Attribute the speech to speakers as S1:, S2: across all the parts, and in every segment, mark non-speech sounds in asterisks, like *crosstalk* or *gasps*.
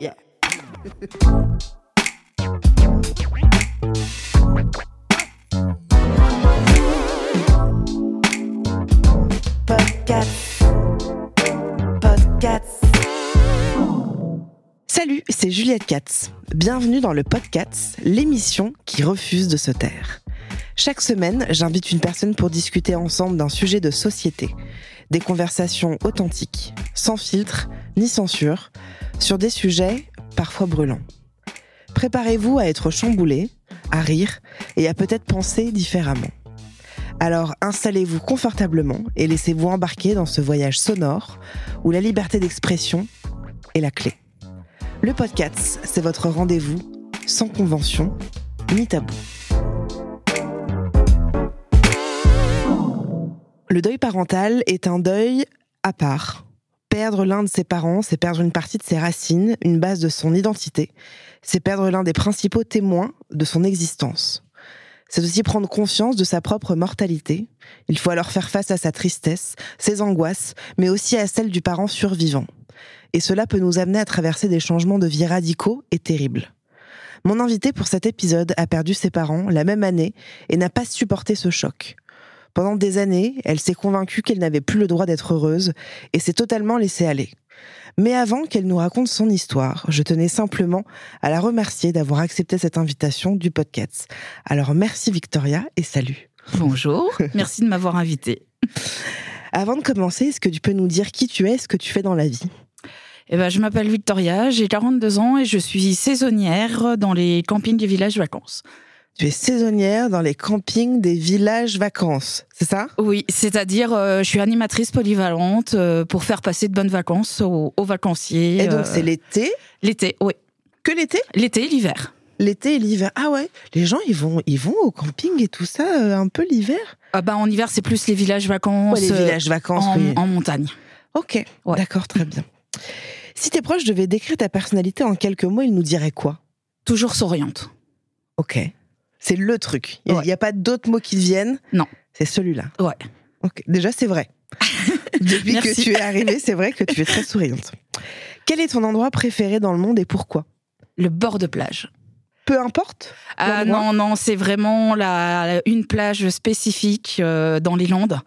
S1: Yeah. Podcast. Podcast. Salut, c'est Juliette Katz. Bienvenue dans le Podcast, l'émission qui refuse de se taire. Chaque semaine, j'invite une personne pour discuter ensemble d'un sujet de société. Des conversations authentiques, sans filtre ni censure, sur des sujets parfois brûlants. Préparez-vous à être chamboulé, à rire et à peut-être penser différemment. Alors installez-vous confortablement et laissez-vous embarquer dans ce voyage sonore où la liberté d'expression est la clé. Le podcast, c'est votre rendez-vous sans convention ni tabou. Le deuil parental est un deuil à part. Perdre l'un de ses parents, c'est perdre une partie de ses racines, une base de son identité. C'est perdre l'un des principaux témoins de son existence. C'est aussi prendre conscience de sa propre mortalité. Il faut alors faire face à sa tristesse, ses angoisses, mais aussi à celle du parent survivant. Et cela peut nous amener à traverser des changements de vie radicaux et terribles. Mon invité pour cet épisode a perdu ses parents la même année et n'a pas supporté ce choc. Pendant des années, elle s'est convaincue qu'elle n'avait plus le droit d'être heureuse et s'est totalement laissée aller. Mais avant qu'elle nous raconte son histoire, je tenais simplement à la remercier d'avoir accepté cette invitation du podcast. Alors merci Victoria et salut.
S2: Bonjour, merci de m'avoir invité.
S1: Avant de commencer, est-ce que tu peux nous dire qui tu es, ce que tu fais dans la vie
S2: Eh ben, je m'appelle Victoria, j'ai 42 ans et je suis saisonnière dans les campings des villages vacances.
S1: Tu es saisonnière dans les campings des villages vacances, c'est ça
S2: Oui, c'est-à-dire euh, je suis animatrice polyvalente euh, pour faire passer de bonnes vacances aux, aux vacanciers.
S1: Et donc
S2: euh,
S1: c'est l'été
S2: l'été, oui.
S1: Que l'été
S2: L'été et l'hiver.
S1: L'été et l'hiver. Ah ouais, les gens ils vont ils vont au camping et tout ça euh, un peu l'hiver
S2: Ah bah, en hiver, c'est plus les villages vacances
S1: Ouais, les
S2: euh,
S1: villages vacances,
S2: en,
S1: oui.
S2: en montagne.
S1: Ok,
S2: Ouais.
S1: d'accord, très bien. Si tes proches devaient décrire ta personnalité en quelques mots, ils nous diraient quoi
S2: Toujours souriante.
S1: Ok. C'est le truc. Il n'y a,
S2: Ouais.
S1: il y a pas d'autres mots qui te viennent
S2: Non.
S1: C'est celui-là.
S2: Ouais.
S1: Ok. Déjà, c'est
S2: *laughs*
S1: vrai. Depuis que
S2: Merci.
S1: tu es arrivée, c'est vrai que tu es très souriante. Quel est ton endroit préféré dans le monde et pourquoi
S2: Le bord de plage.
S1: Peu importe.
S2: Ah
S1: L'endroit
S2: non, non, c'est vraiment la, une plage spécifique euh, dans les Landes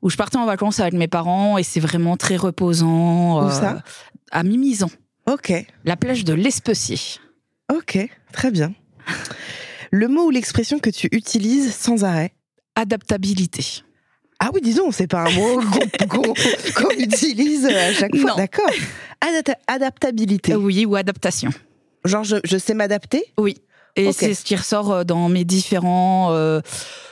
S2: où je partais en vacances avec mes parents et c'est vraiment très reposant. euh,
S1: Où ça
S2: À Mimizan,
S1: Ok.
S2: la plage de l'Especier.
S1: Ok. Très bien. Le mot ou l'expression que tu utilises sans arrêt
S2: Adaptabilité.
S1: Ah oui, disons, c'est pas un *laughs* mot qu'on- qu'on qu'on utilise à chaque fois.
S2: Non.
S1: D'accord. Ah Adapta- adaptabilité.
S2: Euh, Oui, ou adaptation.
S1: Genre, je, je sais m'adapter
S2: Oui. Et
S1: Ok.
S2: c'est ce qui ressort euh, dans mes différents euh,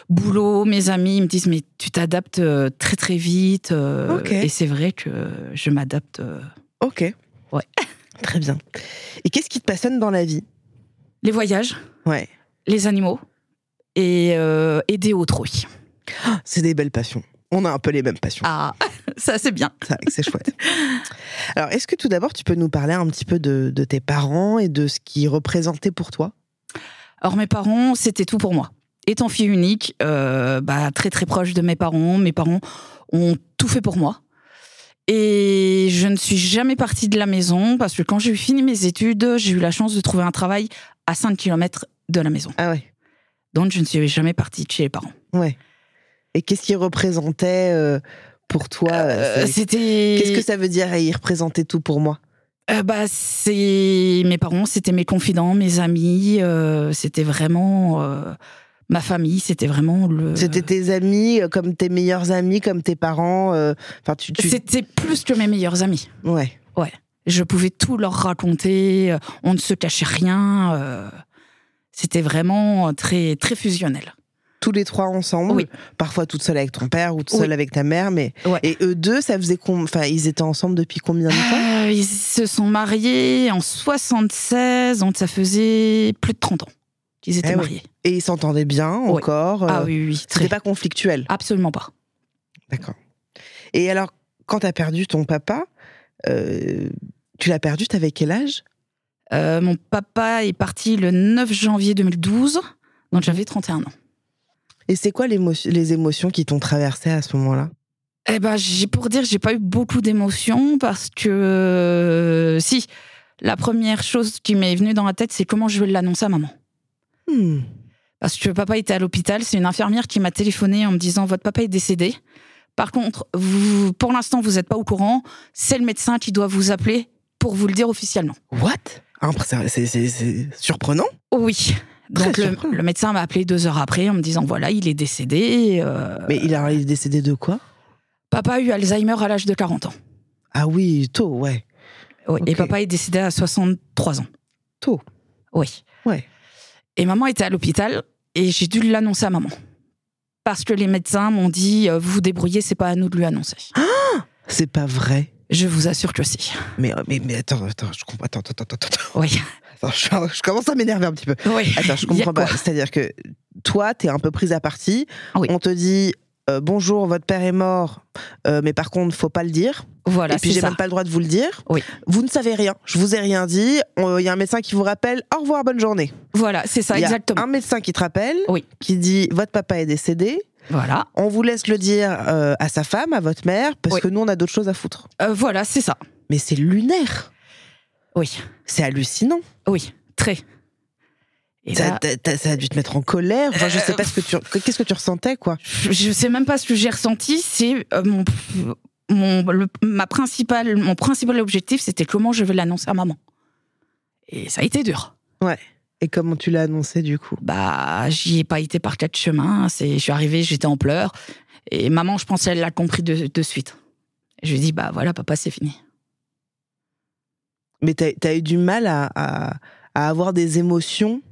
S2: boulots. Mes amis ils me disent, mais tu t'adaptes euh, très très vite. euh,
S1: Ok.
S2: Et c'est vrai que je m'adapte. euh.
S1: Ok.
S2: Ouais.
S1: *laughs* Très bien. Et qu'est-ce qui te passionne dans la vie
S2: Les voyages,
S1: Ouais.
S2: les animaux et euh, aider autrui.
S1: C'est des belles passions. On a un peu les mêmes passions.
S2: Ah, *laughs* ça c'est bien.
S1: C'est vrai que c'est *laughs* chouette. Alors, est-ce que tout d'abord, tu peux nous parler un petit peu de, de tes parents et de ce qu'ils représentaient pour toi
S2: Or, mes parents, c'était tout pour moi. Étant fille unique, euh, bah, très très proche de mes parents, mes parents ont tout fait pour moi. Et je ne suis jamais partie de la maison parce que quand j'ai eu fini mes études, j'ai eu la chance de trouver un travail à 5 km de la maison.
S1: Ah ouais.
S2: Donc, je ne suis jamais partie de chez les parents.
S1: Ouais. Et qu'est-ce qu'ils représentaient euh, pour toi euh,
S2: Euh,
S1: c'est-
S2: c'était.
S1: Qu'est-ce que ça veut dire Ils représentaient tout pour moi.
S2: Euh, bah, c'est mes parents, c'était mes confidents, mes amis, euh, c'était vraiment euh, ma famille, c'était vraiment le.
S1: C'était tes amis, euh, comme tes meilleurs amis, comme tes parents. euh, Enfin, tu. tu-
S2: C'était plus que mes meilleurs amis.
S1: Ouais.
S2: Je pouvais tout leur raconter, euh, on ne se cachait rien. euh, c'était vraiment très très fusionnel.
S1: tous les trois ensemble,
S2: Oui.
S1: parfois toute seule avec ton père ou toute
S2: Oui.
S1: seule avec ta mère, mais
S2: Ouais.
S1: et eux deux, ça faisait com- enfin ils étaient ensemble depuis combien de temps
S2: Euh, ils se sont mariés en 76, donc ça faisait plus de 30 ans qu'ils étaient
S1: Eh oui.
S2: mariés.
S1: Et ils s'entendaient bien encore.
S2: Ah
S1: euh,
S2: oui, oui, oui, très.
S1: C'était pas conflictuel.
S2: Absolument pas.
S1: D'accord. Et alors, quand t'as perdu ton papa, euh, tu l'as perdu, t'avais quel âge
S2: Euh, mon papa est parti le 9 janvier 2012, donc j'avais 31 ans.
S1: Et c'est quoi l'émotion- les émotions qui t'ont traversé à ce moment-là
S2: Eh ben, j'ai pour dire, j'ai pas eu beaucoup d'émotions parce que euh, si la première chose qui m'est venue dans la tête, c'est comment je vais l'annoncer à maman.
S1: Hmm.
S2: Parce que papa était à l'hôpital, c'est une infirmière qui m'a téléphoné en me disant votre papa est décédé. Par contre, vous, pour l'instant, vous n'êtes pas au courant. C'est le médecin qui doit vous appeler pour vous le dire officiellement.
S1: What Ah, c'est- c'est- C'est c'est surprenant.
S2: Oh oui.
S1: Très
S2: Donc le,
S1: surprenant.
S2: le médecin m'a appelé deux heures après en me disant voilà, il est décédé. euh,
S1: Mais il a- il est décédé de quoi
S2: Papa a eu Alzheimer à l'âge de 40 ans.
S1: Ah oui, tôt, ouais.
S2: Oui, Et
S1: Ok.
S2: papa est décédé à 63 ans.
S1: Tôt.
S2: Oui.
S1: Ouais.
S2: Et maman était à l'hôpital et j'ai dû l'annoncer à maman. Parce que les médecins m'ont dit euh, vous vous débrouillez, c'est pas à nous de lui annoncer.
S1: C'est pas vrai.
S2: Je vous assure que si. *laughs*
S1: Mais, mais, mais attends, attends, je comprends. Attends, attends, attends, attends.
S2: Oui.
S1: attends je, je commence à m'énerver un petit peu.
S2: *laughs* oui.
S1: Attends, je
S2: Il y a
S1: comprends pas.
S2: quoi
S1: C'est-à-dire que toi, t'es un peu prise à partie.
S2: Ah oui.
S1: On te dit euh, bonjour, votre père est mort, euh, mais par contre, faut pas le dire.
S2: Voilà,
S1: Et puis
S2: c'est
S1: j'ai
S2: ça.
S1: même pas le droit de vous le dire.
S2: Oui.
S1: Vous ne savez rien. Je vous ai rien dit. Il y a un médecin qui vous rappelle. Au revoir, bonne journée.
S2: Voilà, c'est ça,
S1: Il y a
S2: exactement.
S1: Un médecin qui te rappelle,
S2: Oui.
S1: qui dit votre papa est décédé.
S2: Voilà.
S1: On vous laisse le dire euh, à sa femme, à votre mère, parce
S2: Oui.
S1: que nous on a d'autres choses à foutre.
S2: Euh, voilà, c'est ça.
S1: Mais c'est lunaire.
S2: Oui.
S1: C'est hallucinant.
S2: Oui. Très. Et
S1: Ça,
S2: là,
S1: t'a- t'a- ça a dû te mettre en colère. Enfin, je sais pas ce que
S2: *laughs*
S1: tu, qu'est-ce que tu ressentais, quoi.
S2: je je sais même pas ce que j'ai ressenti. C'est euh, mon, mon, le- ma principale, mon principal objectif, c'était comment je vais l'annoncer à maman. Et ça a été dur.
S1: Et comment tu l'as annoncé, du coup
S2: bah j'y ai pas été par quatre chemins. C'est, je suis arrivée, j'étais en pleurs. Et maman, je pense, elle l'a compris de, de suite. Je lui ai dit, bah voilà, papa, c'est fini.
S1: Mais t'as, t'as eu du mal à, à- à avoir des émotions.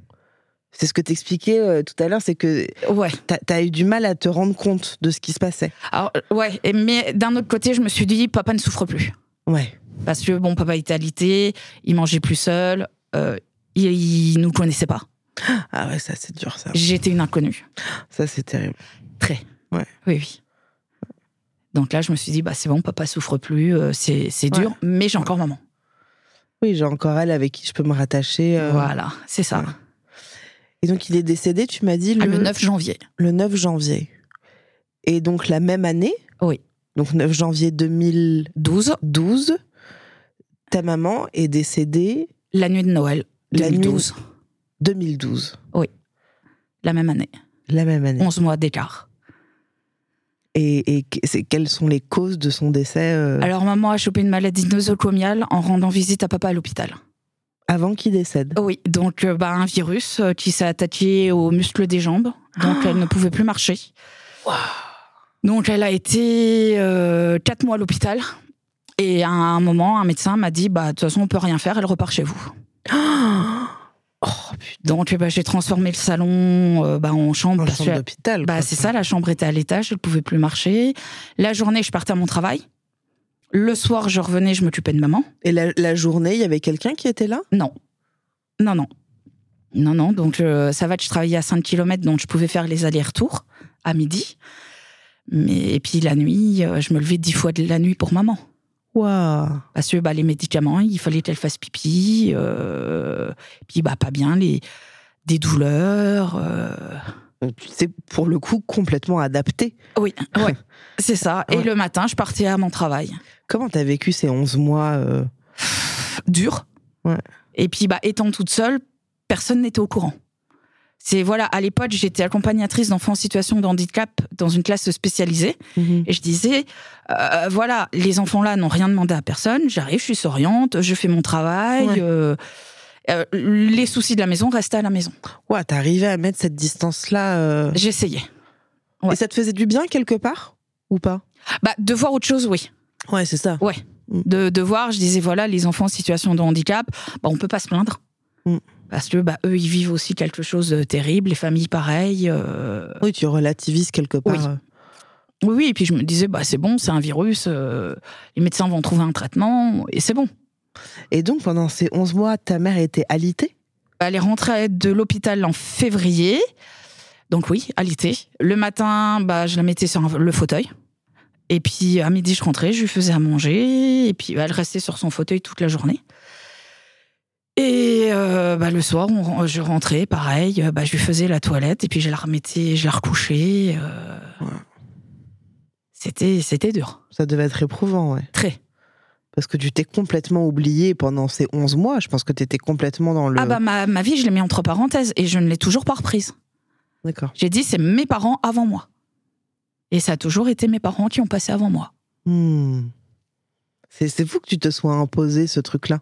S1: C'est ce que t'expliquais euh, tout à l'heure, c'est que
S2: Ouais.
S1: t'as, t'as eu du mal à te rendre compte de ce qui se passait.
S2: Alors, euh, ouais. et- mais d'un autre côté, je me suis dit, papa ne souffre plus.
S1: Ouais.
S2: Parce que, bon, papa était alité, il mangeait plus seul, euh, il, il nous connaissait pas.
S1: Ah ouais, ça c'est dur, ça.
S2: J'étais une inconnue.
S1: Ça c'est terrible.
S2: Très.
S1: Ouais.
S2: Oui, oui. Donc là, je me suis dit, bah c'est bon, papa souffre plus, euh, c'est, c'est dur, mais j'ai encore maman.
S1: Oui, j'ai encore elle avec qui je peux me rattacher. euh.
S2: Voilà, c'est ça.
S1: ouais. Et donc il est décédé, tu m'as dit, le,
S2: Ah, le 9 janvier.
S1: le 9 janvier. Et donc la même année
S2: Oui.
S1: Donc 9 janvier 2012,
S2: 12,
S1: ta maman est décédée
S2: la nuit de Noël.
S1: La
S2: 2012.
S1: 2012,
S2: la même année.
S1: la même année.
S2: 11 mois d'écart.
S1: Et, et que- c'est- quelles sont les causes de son décès euh,
S2: Alors, maman a chopé une maladie nosocomiale en rendant visite à papa à l'hôpital.
S1: avant qu'il décède
S2: Oui, donc euh, bah, un virus euh, qui s'est attaqué aux muscles des jambes. Donc, elle ne pouvait plus marcher. Donc, elle a été euh, quatre mois à l'hôpital. Et à un moment, un médecin m'a dit bah, De toute façon, on peut rien faire, elle repart
S1: *gasps*
S2: chez vous. Oh, Donc, bah, j'ai transformé le salon euh, bah, en chambre.
S1: En
S2: parce que-
S1: chambre d'hôpital.
S2: Bah,
S1: quoi.
S2: c'est ça, la chambre était à l'étage, elle pouvait plus marcher. La journée, je partais à mon travail. Le soir, je revenais, je m'occupais de maman.
S1: Et la, la journée, il y avait quelqu'un qui était là
S2: Non. Non, non. Non, non. Donc, euh, ça va que je travaillais à 5 km, donc je pouvais faire les allers-retours à midi. Mais, et puis la nuit, euh, je me levais 10 fois de la nuit pour maman.
S1: Waouh
S2: Parce que bah, les médicaments, il fallait qu'elle fasse pipi. euh, puis, bah, pas bien, les, des douleurs. euh,
S1: C'est pour le coup complètement adapté.
S2: Oui, ouais, c'est ça. Et
S1: Ouais.
S2: le matin, je partais à mon travail.
S1: Comment t'as vécu ces 11 mois euh,
S2: dur.
S1: Ouais.
S2: Et puis, bah, étant toute seule, personne n'était au courant. C'est voilà, à l'époque, j'étais accompagnatrice d'enfants en situation de handicap dans une classe spécialisée. Et je disais, euh, voilà, les enfants-là n'ont rien demandé à personne. J'arrive, je suis souriante, je fais mon travail.
S1: Ouais.
S2: euh, euh, les soucis de la maison restaient à la maison.
S1: Ouah, t'arrivais à mettre cette distance-là. euh,
S2: J'essayais. ouais.
S1: Et ça te faisait du bien quelque part Ou pas
S2: Bah, de voir autre chose, oui.
S1: Ouais, c'est ça.
S2: De, de voir, je disais, voilà, les enfants en situation de handicap, bah, on peut pas se plaindre.
S1: Mm.
S2: Parce que bah, eux, ils vivent aussi quelque chose de terrible, les familles pareilles. euh,
S1: Oui, tu relativises quelque part.
S2: Oui. Oui, oui, et puis je me disais, bah, c'est bon, c'est un virus, euh, les médecins vont trouver un traitement, et c'est bon.
S1: Et donc, pendant ces 11 mois, ta mère était alitée
S2: Elle est rentrée de l'hôpital en février. Donc oui, alitée. Le matin, bah, je la mettais sur un- le fauteuil. Et puis à midi, je rentrais, je lui faisais à manger. Et puis bah, elle restait sur son fauteuil toute la journée. Et euh, bah, le soir, on- je rentrais, pareil, euh, bah, je lui faisais la toilette. Et puis je la remettais, je la recouchais. euh.
S1: Ouais.
S2: C'était, c'était dur.
S1: Ça devait être éprouvant, ouais.
S2: Très.
S1: Parce que tu t'es complètement oubliée pendant ces 11 mois. Je pense que tu étais complètement dans le.
S2: Ah bah ma, ma vie, je l'ai mis entre parenthèses et je ne l'ai toujours pas reprise.
S1: D'accord.
S2: J'ai dit, c'est mes parents avant moi. Et ça a toujours été mes parents qui ont passé avant moi.
S1: Hmm. C'est c'est fou que tu te sois imposé ce truc-là,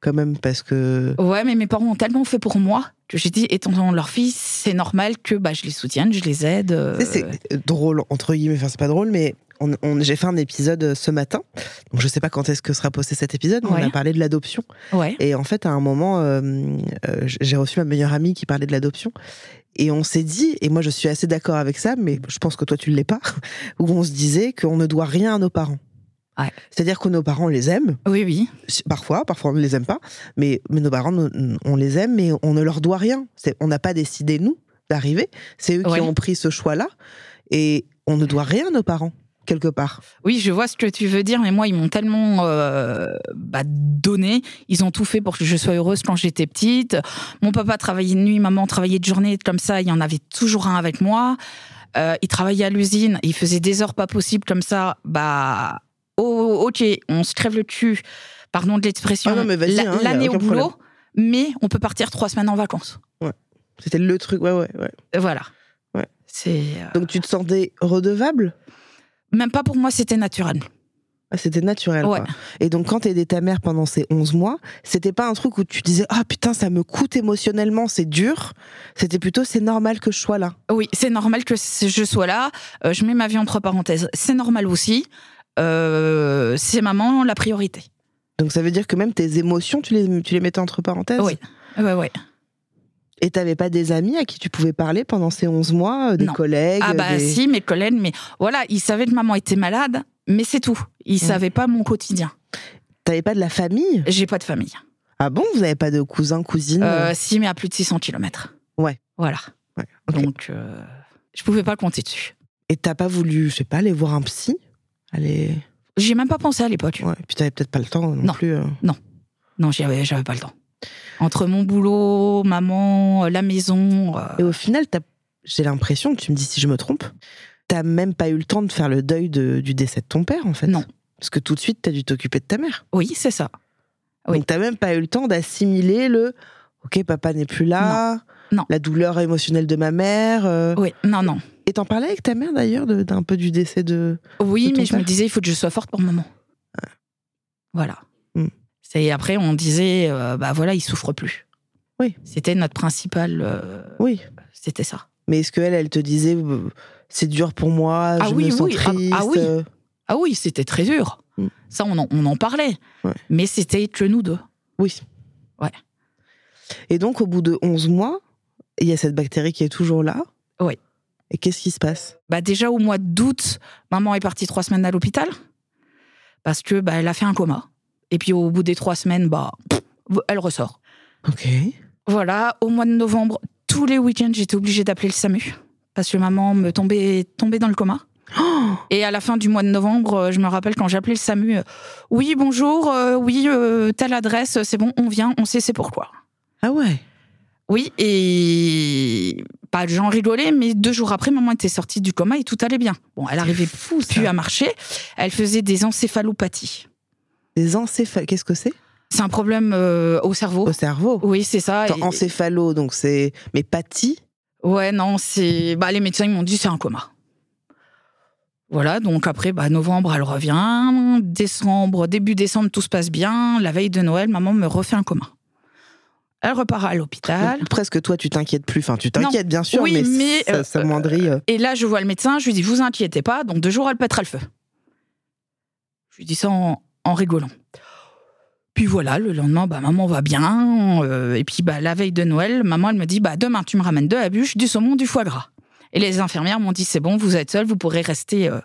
S1: quand même, parce que.
S2: Ouais, mais mes parents ont tellement fait pour moi que j'ai dit, étant leur fille, c'est normal que bah, je les soutienne, je les aide. euh,
S1: Tu sais, C'est drôle, entre guillemets, enfin c'est pas drôle, mais on, on- j'ai fait un épisode euh, ce matin, donc je sais pas quand est-ce que sera posté cet épisode, mais
S2: Ouais.
S1: on a parlé de l'adoption.
S2: Ouais.
S1: Et en fait, à un moment, euh, euh, j'ai reçu ma meilleure amie qui parlait de l'adoption. Et on s'est dit, et moi je suis assez d'accord avec ça, mais je pense que toi tu ne l'es pas, *laughs* où on se disait qu'on ne doit rien à nos parents.
S2: Ouais.
S1: C'est-à-dire que nos parents, on les aime,
S2: Oui, oui.
S1: parfois, parfois on ne les aime pas, mais, mais nos parents, nous- on les aime, mais on ne leur doit rien. C'est- On n'a pas décidé, nous, d'arriver. C'est eux
S2: Ouais.
S1: qui ont pris ce choix-là, et on ne doit rien à nos parents, quelque part.
S2: Oui, je vois ce que tu veux dire, mais moi, ils m'ont tellement euh, bah, donné. Ils ont tout fait pour que je sois heureuse quand j'étais petite. Mon papa travaillait de nuit, maman travaillait de journée, comme ça, il y en avait toujours un avec moi. Euh, il travaillait à l'usine, il faisait des heures pas possibles, comme ça, bah, oh, ok, on se crève le cul, pardon de l'expression,
S1: Ah non, mais vas-y,
S2: la-
S1: hein, y a
S2: l'année
S1: aucun
S2: au boulot,
S1: problème.
S2: mais on peut partir trois semaines en vacances.
S1: C'était le truc, ouais, ouais, ouais.
S2: Euh, Voilà.
S1: Ouais.
S2: C'est euh,
S1: Donc tu te sentais redevable
S2: même pas pour moi, c'était naturel.
S1: Ah, c'était naturel.
S2: Ouais.
S1: quoi. Et donc, quand t'aidais ta mère pendant ces 11 mois, c'était pas un truc où tu disais Ah putain, ça me coûte émotionnellement, c'est dur. C'était plutôt C'est normal que je sois là.
S2: Oui, c'est normal que c- je sois là. Euh, je mets ma vie entre parenthèses. C'est normal aussi. Euh, c'est maman la priorité.
S1: Donc, ça veut dire que même tes émotions, tu les, tu les mettais entre parenthèses.
S2: Oui. Ouais, ouais.
S1: Et t'avais pas des amis à qui tu pouvais parler pendant ces 11 mois, euh, des
S2: Non.
S1: collègues
S2: Ah bah
S1: des-
S2: si, mes collègues, mais voilà, ils savaient que maman était malade, mais c'est tout. Ils
S1: Ouais.
S2: savaient pas mon quotidien.
S1: T'avais pas de la famille
S2: J'ai pas de famille.
S1: Ah bon Vous avez pas de cousins, cousines
S2: Euh, si, mais à plus de 600 km.
S1: Mm. Ouais.
S2: Voilà.
S1: Ouais, ok.
S2: Donc, euh, je pouvais pas compter dessus.
S1: Et t'as pas voulu, je sais pas, aller voir un psy Aller.
S2: J'ai même pas pensé à l'époque.
S1: Ouais, puis t'avais peut-être pas le temps non,
S2: Non.
S1: plus. euh.
S2: Non, j'y avais- j'avais pas le temps. Entre mon boulot, maman, euh, la maison. euh,
S1: Et au final, t'as- j'ai l'impression, tu me dis si je me trompe, t'as même pas eu le temps de faire le deuil de- du décès de ton père, en fait.
S2: Non.
S1: Parce que tout de suite, t'as dû t'occuper de ta mère.
S2: Oui, c'est ça. Oui.
S1: Donc t'as même pas eu le temps d'assimiler le OK, papa n'est plus là,
S2: Non. Non.
S1: la douleur émotionnelle de ma mère. euh.
S2: Oui, non, non.
S1: Et t'en parlais avec ta mère d'ailleurs, de- d'un peu du décès de.
S2: Oui,
S1: de ton
S2: mais je me
S1: père.
S2: disais, il faut que je sois forte pour maman. Voilà.
S1: Mm.
S2: C'est après, on disait, euh, bah voilà, il souffre plus.
S1: Oui.
S2: C'était notre principal. euh,
S1: Oui.
S2: C'était ça.
S1: Mais est-ce qu'elle, elle te disait euh, c'est dur pour moi,
S2: Ah
S1: je
S2: oui,
S1: me sens
S2: oui, ah-
S1: triste
S2: ah oui.
S1: euh.
S2: Ah oui, c'était très dur.
S1: Mm.
S2: Ça, on en, on en parlait.
S1: Ouais.
S2: Mais c'était que nous deux.
S1: Oui.
S2: Ouais.
S1: Et donc, au bout de 11 mois, il y a cette bactérie qui est toujours là.
S2: Oui.
S1: Et qu'est-ce qui se passe
S2: Bah déjà, au mois d'août, maman est partie trois semaines à l'hôpital. Parce que bah, elle a fait un coma. Et puis, au bout des trois semaines, bah, pff, elle ressort.
S1: Ok.
S2: Voilà, au mois de novembre, tous les week-ends, j'étais obligée d'appeler le SAMU parce que maman me tombait, tombait dans le coma.
S1: Oh
S2: Et à la fin du mois de novembre, euh, je me rappelle quand j'appelais le SAMU, euh, oui, bonjour, euh, oui, euh, telle adresse, c'est bon, on vient, on sait c'est pourquoi.
S1: Ah ouais
S2: Oui, et pas j'en rigolais, mais deux jours après, maman était sortie du coma et tout allait bien. Bon, elle arrivait
S1: fou, ça.
S2: plus à marcher, elle faisait des encéphalopathies.
S1: Des encéphales, qu'est-ce que c'est
S2: C'est un problème euh, au cerveau.
S1: Au cerveau.
S2: Oui, c'est ça.
S1: Attends,
S2: et-
S1: encéphalo, donc c'est. Mais pâti
S2: Ouais, non, c'est. Bah, les médecins, ils m'ont dit c'est un coma. Voilà, donc après, bah, novembre, elle revient. Décembre, début décembre, tout se passe bien. La veille de Noël, maman me refait un coma. Elle repart à l'hôpital.
S1: Donc, Presque toi, tu t'inquiètes plus. Enfin, tu t'inquiètes bien sûr,
S2: Oui,
S1: mais,
S2: mais,
S1: ça,
S2: euh,
S1: ça moindrit, euh.
S2: Et là, je vois le médecin, je lui dis Vous inquiétez pas, donc deux jours, elle pètera le feu. Je lui dis ça en, en rigolant. Puis voilà, le lendemain, bah, maman va bien. euh, et puis bah, la veille de Noël, maman, elle me dit bah, Demain, tu me ramènes de la bûche, du saumon, du foie gras. Et les infirmières m'ont dit C'est bon, vous êtes seule, vous pourrez rester euh,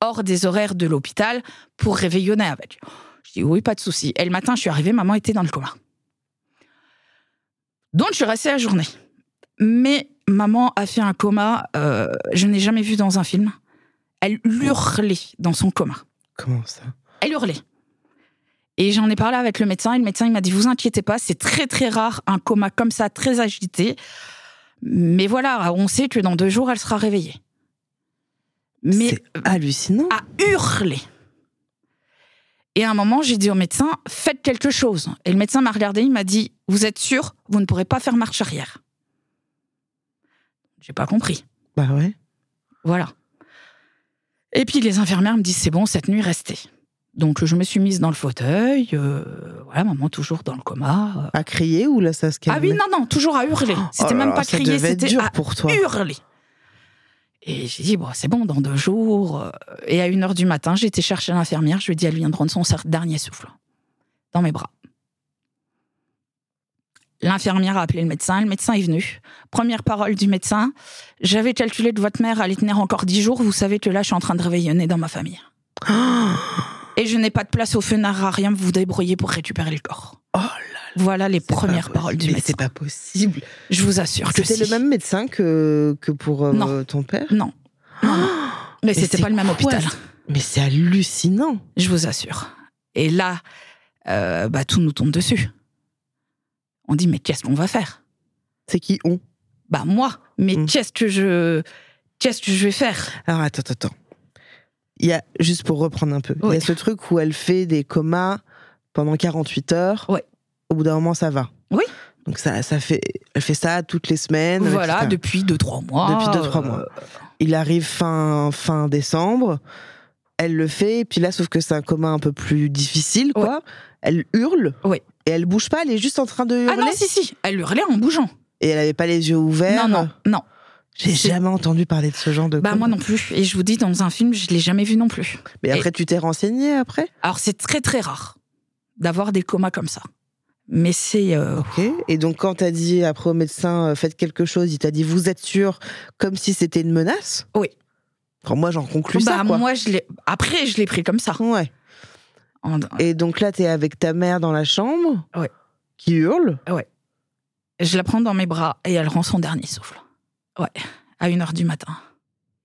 S2: hors des horaires de l'hôpital pour réveillonner avec. Je dis Oui, pas de souci. Et le matin, je suis arrivée, maman était dans le coma. Donc, je suis restée la journée. Mais maman a fait un coma, euh, je n'ai jamais vu dans un film. Elle hurlait dans son coma.
S1: Comment ça
S2: Elle hurlait. Et j'en ai parlé avec le médecin. Et le médecin, il m'a dit Vous inquiétez pas, c'est très très rare un coma comme ça, très agité. Mais voilà, on sait que dans deux jours, elle sera réveillée. Mais euh, ah.
S1: C'est hallucinant.
S2: à hurler. Et à un moment, j'ai dit au médecin Faites quelque chose. Et le médecin m'a regardé, il m'a dit Vous êtes sûr, vous ne pourrez pas faire marche arrière. J'ai pas compris.
S1: Bah ouais.
S2: Voilà. Et puis les infirmières me disent c'est bon, cette nuit restez. Donc je me suis mise dans le fauteuil, euh, voilà, maman toujours dans le coma. euh.
S1: À crier ou là ça se calme
S2: Ah oui, non, non, toujours à hurler.
S1: Oh
S2: C'était
S1: là
S2: même
S1: là,
S2: pas
S1: ça
S2: crier,
S1: devait être
S2: c'était
S1: dur
S2: à
S1: pour toi.
S2: hurler. Et j'ai dit, bon, c'est bon, dans deux jours. euh, Et à une heure du matin, j'ai été chercher l'infirmière, je lui ai dit, elle vient de rendre son cer- dernier souffle. Dans mes bras. L'infirmière a appelé le médecin, le médecin est venu. Première parole du médecin, j'avais calculé que votre mère allait tenir encore dix jours, vous savez que là, je suis en train de réveillonner dans ma famille. Et je n'ai pas de place au funérarium, vous vous débrouillez pour récupérer le corps.
S1: Oh là,
S2: Voilà
S1: *gasps*
S2: les
S1: c'est pas
S2: premières
S1: possible.
S2: paroles du
S1: Mais
S2: médecin.
S1: C'est pas possible.
S2: Je vous assure que
S1: C'était le
S2: si.
S1: même médecin que, que pour euh,
S2: Non.
S1: ton père
S2: Non. Non, non.
S1: *gasps*
S2: Mais
S1: Mais
S2: c'était
S1: c'est
S2: pas le même
S1: quoi,
S2: hôpital,
S1: ça Mais c'est hallucinant.
S2: je vous assure. Et là, euh, bah, tout nous tombe dessus. On dit, mais qu'est-ce qu'on va faire
S1: C'est qui on
S2: Bah moi, mais
S1: Mm.
S2: qu'est-ce que je... Qu'est-ce que je vais faire
S1: Alors attends, attends, attends. Il y a, juste pour reprendre un peu, il y
S2: Ouais.
S1: a ce truc où elle fait des comas pendant 48 heures.
S2: Ouais.
S1: Au bout d'un moment, ça va.
S2: Oui.
S1: Donc ça, ça fait, elle fait ça toutes les semaines.
S2: Voilà,
S1: etc.
S2: depuis 2-3 mois.
S1: Depuis deux, trois
S2: euh,
S1: mois. Il arrive fin, fin décembre, elle le fait, et puis là, sauf que c'est un coma un peu plus difficile, quoi. Elle hurle.
S2: Ouais.
S1: Et elle bouge pas, elle est juste en train de hurler.
S2: Ah non, si, si, elle hurlait en bougeant.
S1: Et elle avait pas les yeux ouverts.
S2: Non, non,
S1: ben.
S2: non.
S1: J'ai
S2: C'est-
S1: jamais entendu parler de ce genre de
S2: Bah
S1: coma.
S2: moi non plus. Et je vous dis, dans un film, je l'ai jamais vu non plus.
S1: Mais après, tu t'es renseigné après
S2: Alors c'est très très rare d'avoir des comas comme ça. Mais c'est... euh,
S1: Ok. Et donc, quand t'as dit après au médecin, euh, faites quelque chose, il t'a dit, vous êtes sûr, comme si c'était une menace
S2: Oui.
S1: Enfin, moi, j'en conclus
S2: bah,
S1: ça, quoi.
S2: moi, je l'ai... Après, je l'ai pris comme ça.
S1: Ouais.
S2: En-
S1: Et donc là, t'es avec ta mère dans la chambre,
S2: Ouais.
S1: qui hurle.
S2: Je la prends dans mes bras et elle rend son dernier souffle. Ouais, à 1h du matin.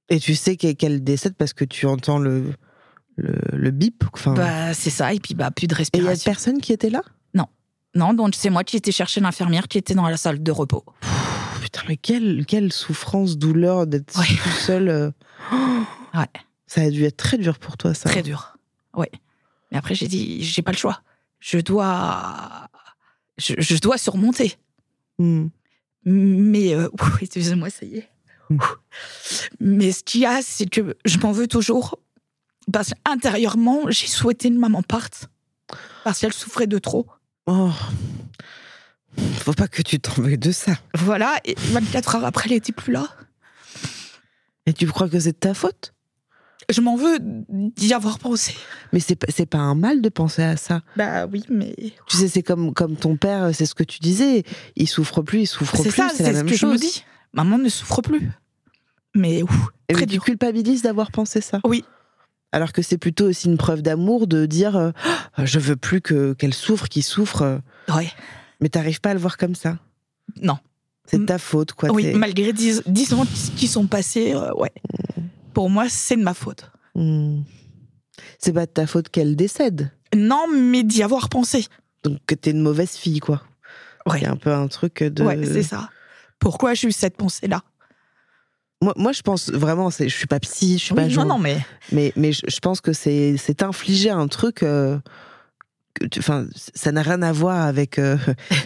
S1: Et tu sais qu'elle qu'elle décède parce que tu entends le, le, le bip. Enfin,
S2: Bah, c'est ça, et puis bah, plus de
S1: et il y a
S2: respiration.
S1: personne qui était là
S2: Non, donc c'est moi qui étais chercher l'infirmière qui était dans la salle de repos.
S1: Pff, Putain, mais quelle, quelle souffrance, douleur d'être
S2: Ouais.
S1: tout seul. *gasps* euh.
S2: Ouais.
S1: Ça a dû être très dur pour toi, ça.
S2: Très dur. Ouais. Mais après, j'ai dit, j'ai pas le choix. Je dois. Je, je dois surmonter.
S1: Hmm.
S2: Mais. euh, *laughs* ouh, Excusez-moi, ça y est.
S1: Mm.
S2: Mais ce qu'il y a, c'est que je m'en veux toujours. Parce qu'intérieurement, j'ai souhaité que maman parte. Parce qu'elle souffrait de trop.
S1: Oh. Faut pas que tu t'en veuilles de ça.
S2: Voilà, et 24 heures après, elle était plus là.
S1: Et tu crois que c'est de ta faute
S2: Je m'en veux d'y avoir pensé.
S1: Mais c'est pas- c'est pas un mal de penser à ça.
S2: Bah oui, mais.
S1: Tu sais, c'est comme, comme ton père, c'est ce que tu disais. Il souffre plus, il souffre
S2: C'est
S1: plus.
S2: ça,
S1: C'est la
S2: c'est ce
S1: même
S2: que je me
S1: chose.
S2: dis. Maman ne souffre plus. Mais ouf,
S1: Et
S2: très
S1: oui, tu
S2: dur.
S1: culpabilises d'avoir pensé ça.
S2: Oui.
S1: Alors que c'est plutôt aussi une preuve d'amour de dire euh, Ah, je veux plus que qu'elle souffre, qu'il souffre. euh.
S2: Ouais.
S1: Mais t'arrives pas à le voir comme ça.
S2: Non.
S1: C'est de
S2: Mm.
S1: ta faute, quoi.
S2: oui,
S1: t'es-
S2: malgré 10, ans qui sont passés, euh, ouais.
S1: Hmm.
S2: Pour moi, c'est de ma faute.
S1: Mm. C'est pas de ta faute qu'elle décède.
S2: Non, mais d'y avoir pensé.
S1: Donc que t'es une mauvaise fille, quoi.
S2: Ouais.
S1: Il y a un peu un truc de.
S2: Ouais, c'est ça. Pourquoi j'ai eu cette pensée-là
S1: moi, moi, je pense vraiment, c'est- je suis pas psy, Bah, je suis
S2: Oui,
S1: pas
S2: Non,
S1: genre-
S2: non, mais.
S1: Mais, mais je, je pense que c'est c'est infliger un truc. euh, que tu- Enfin, ça n'a rien à voir avec. euh,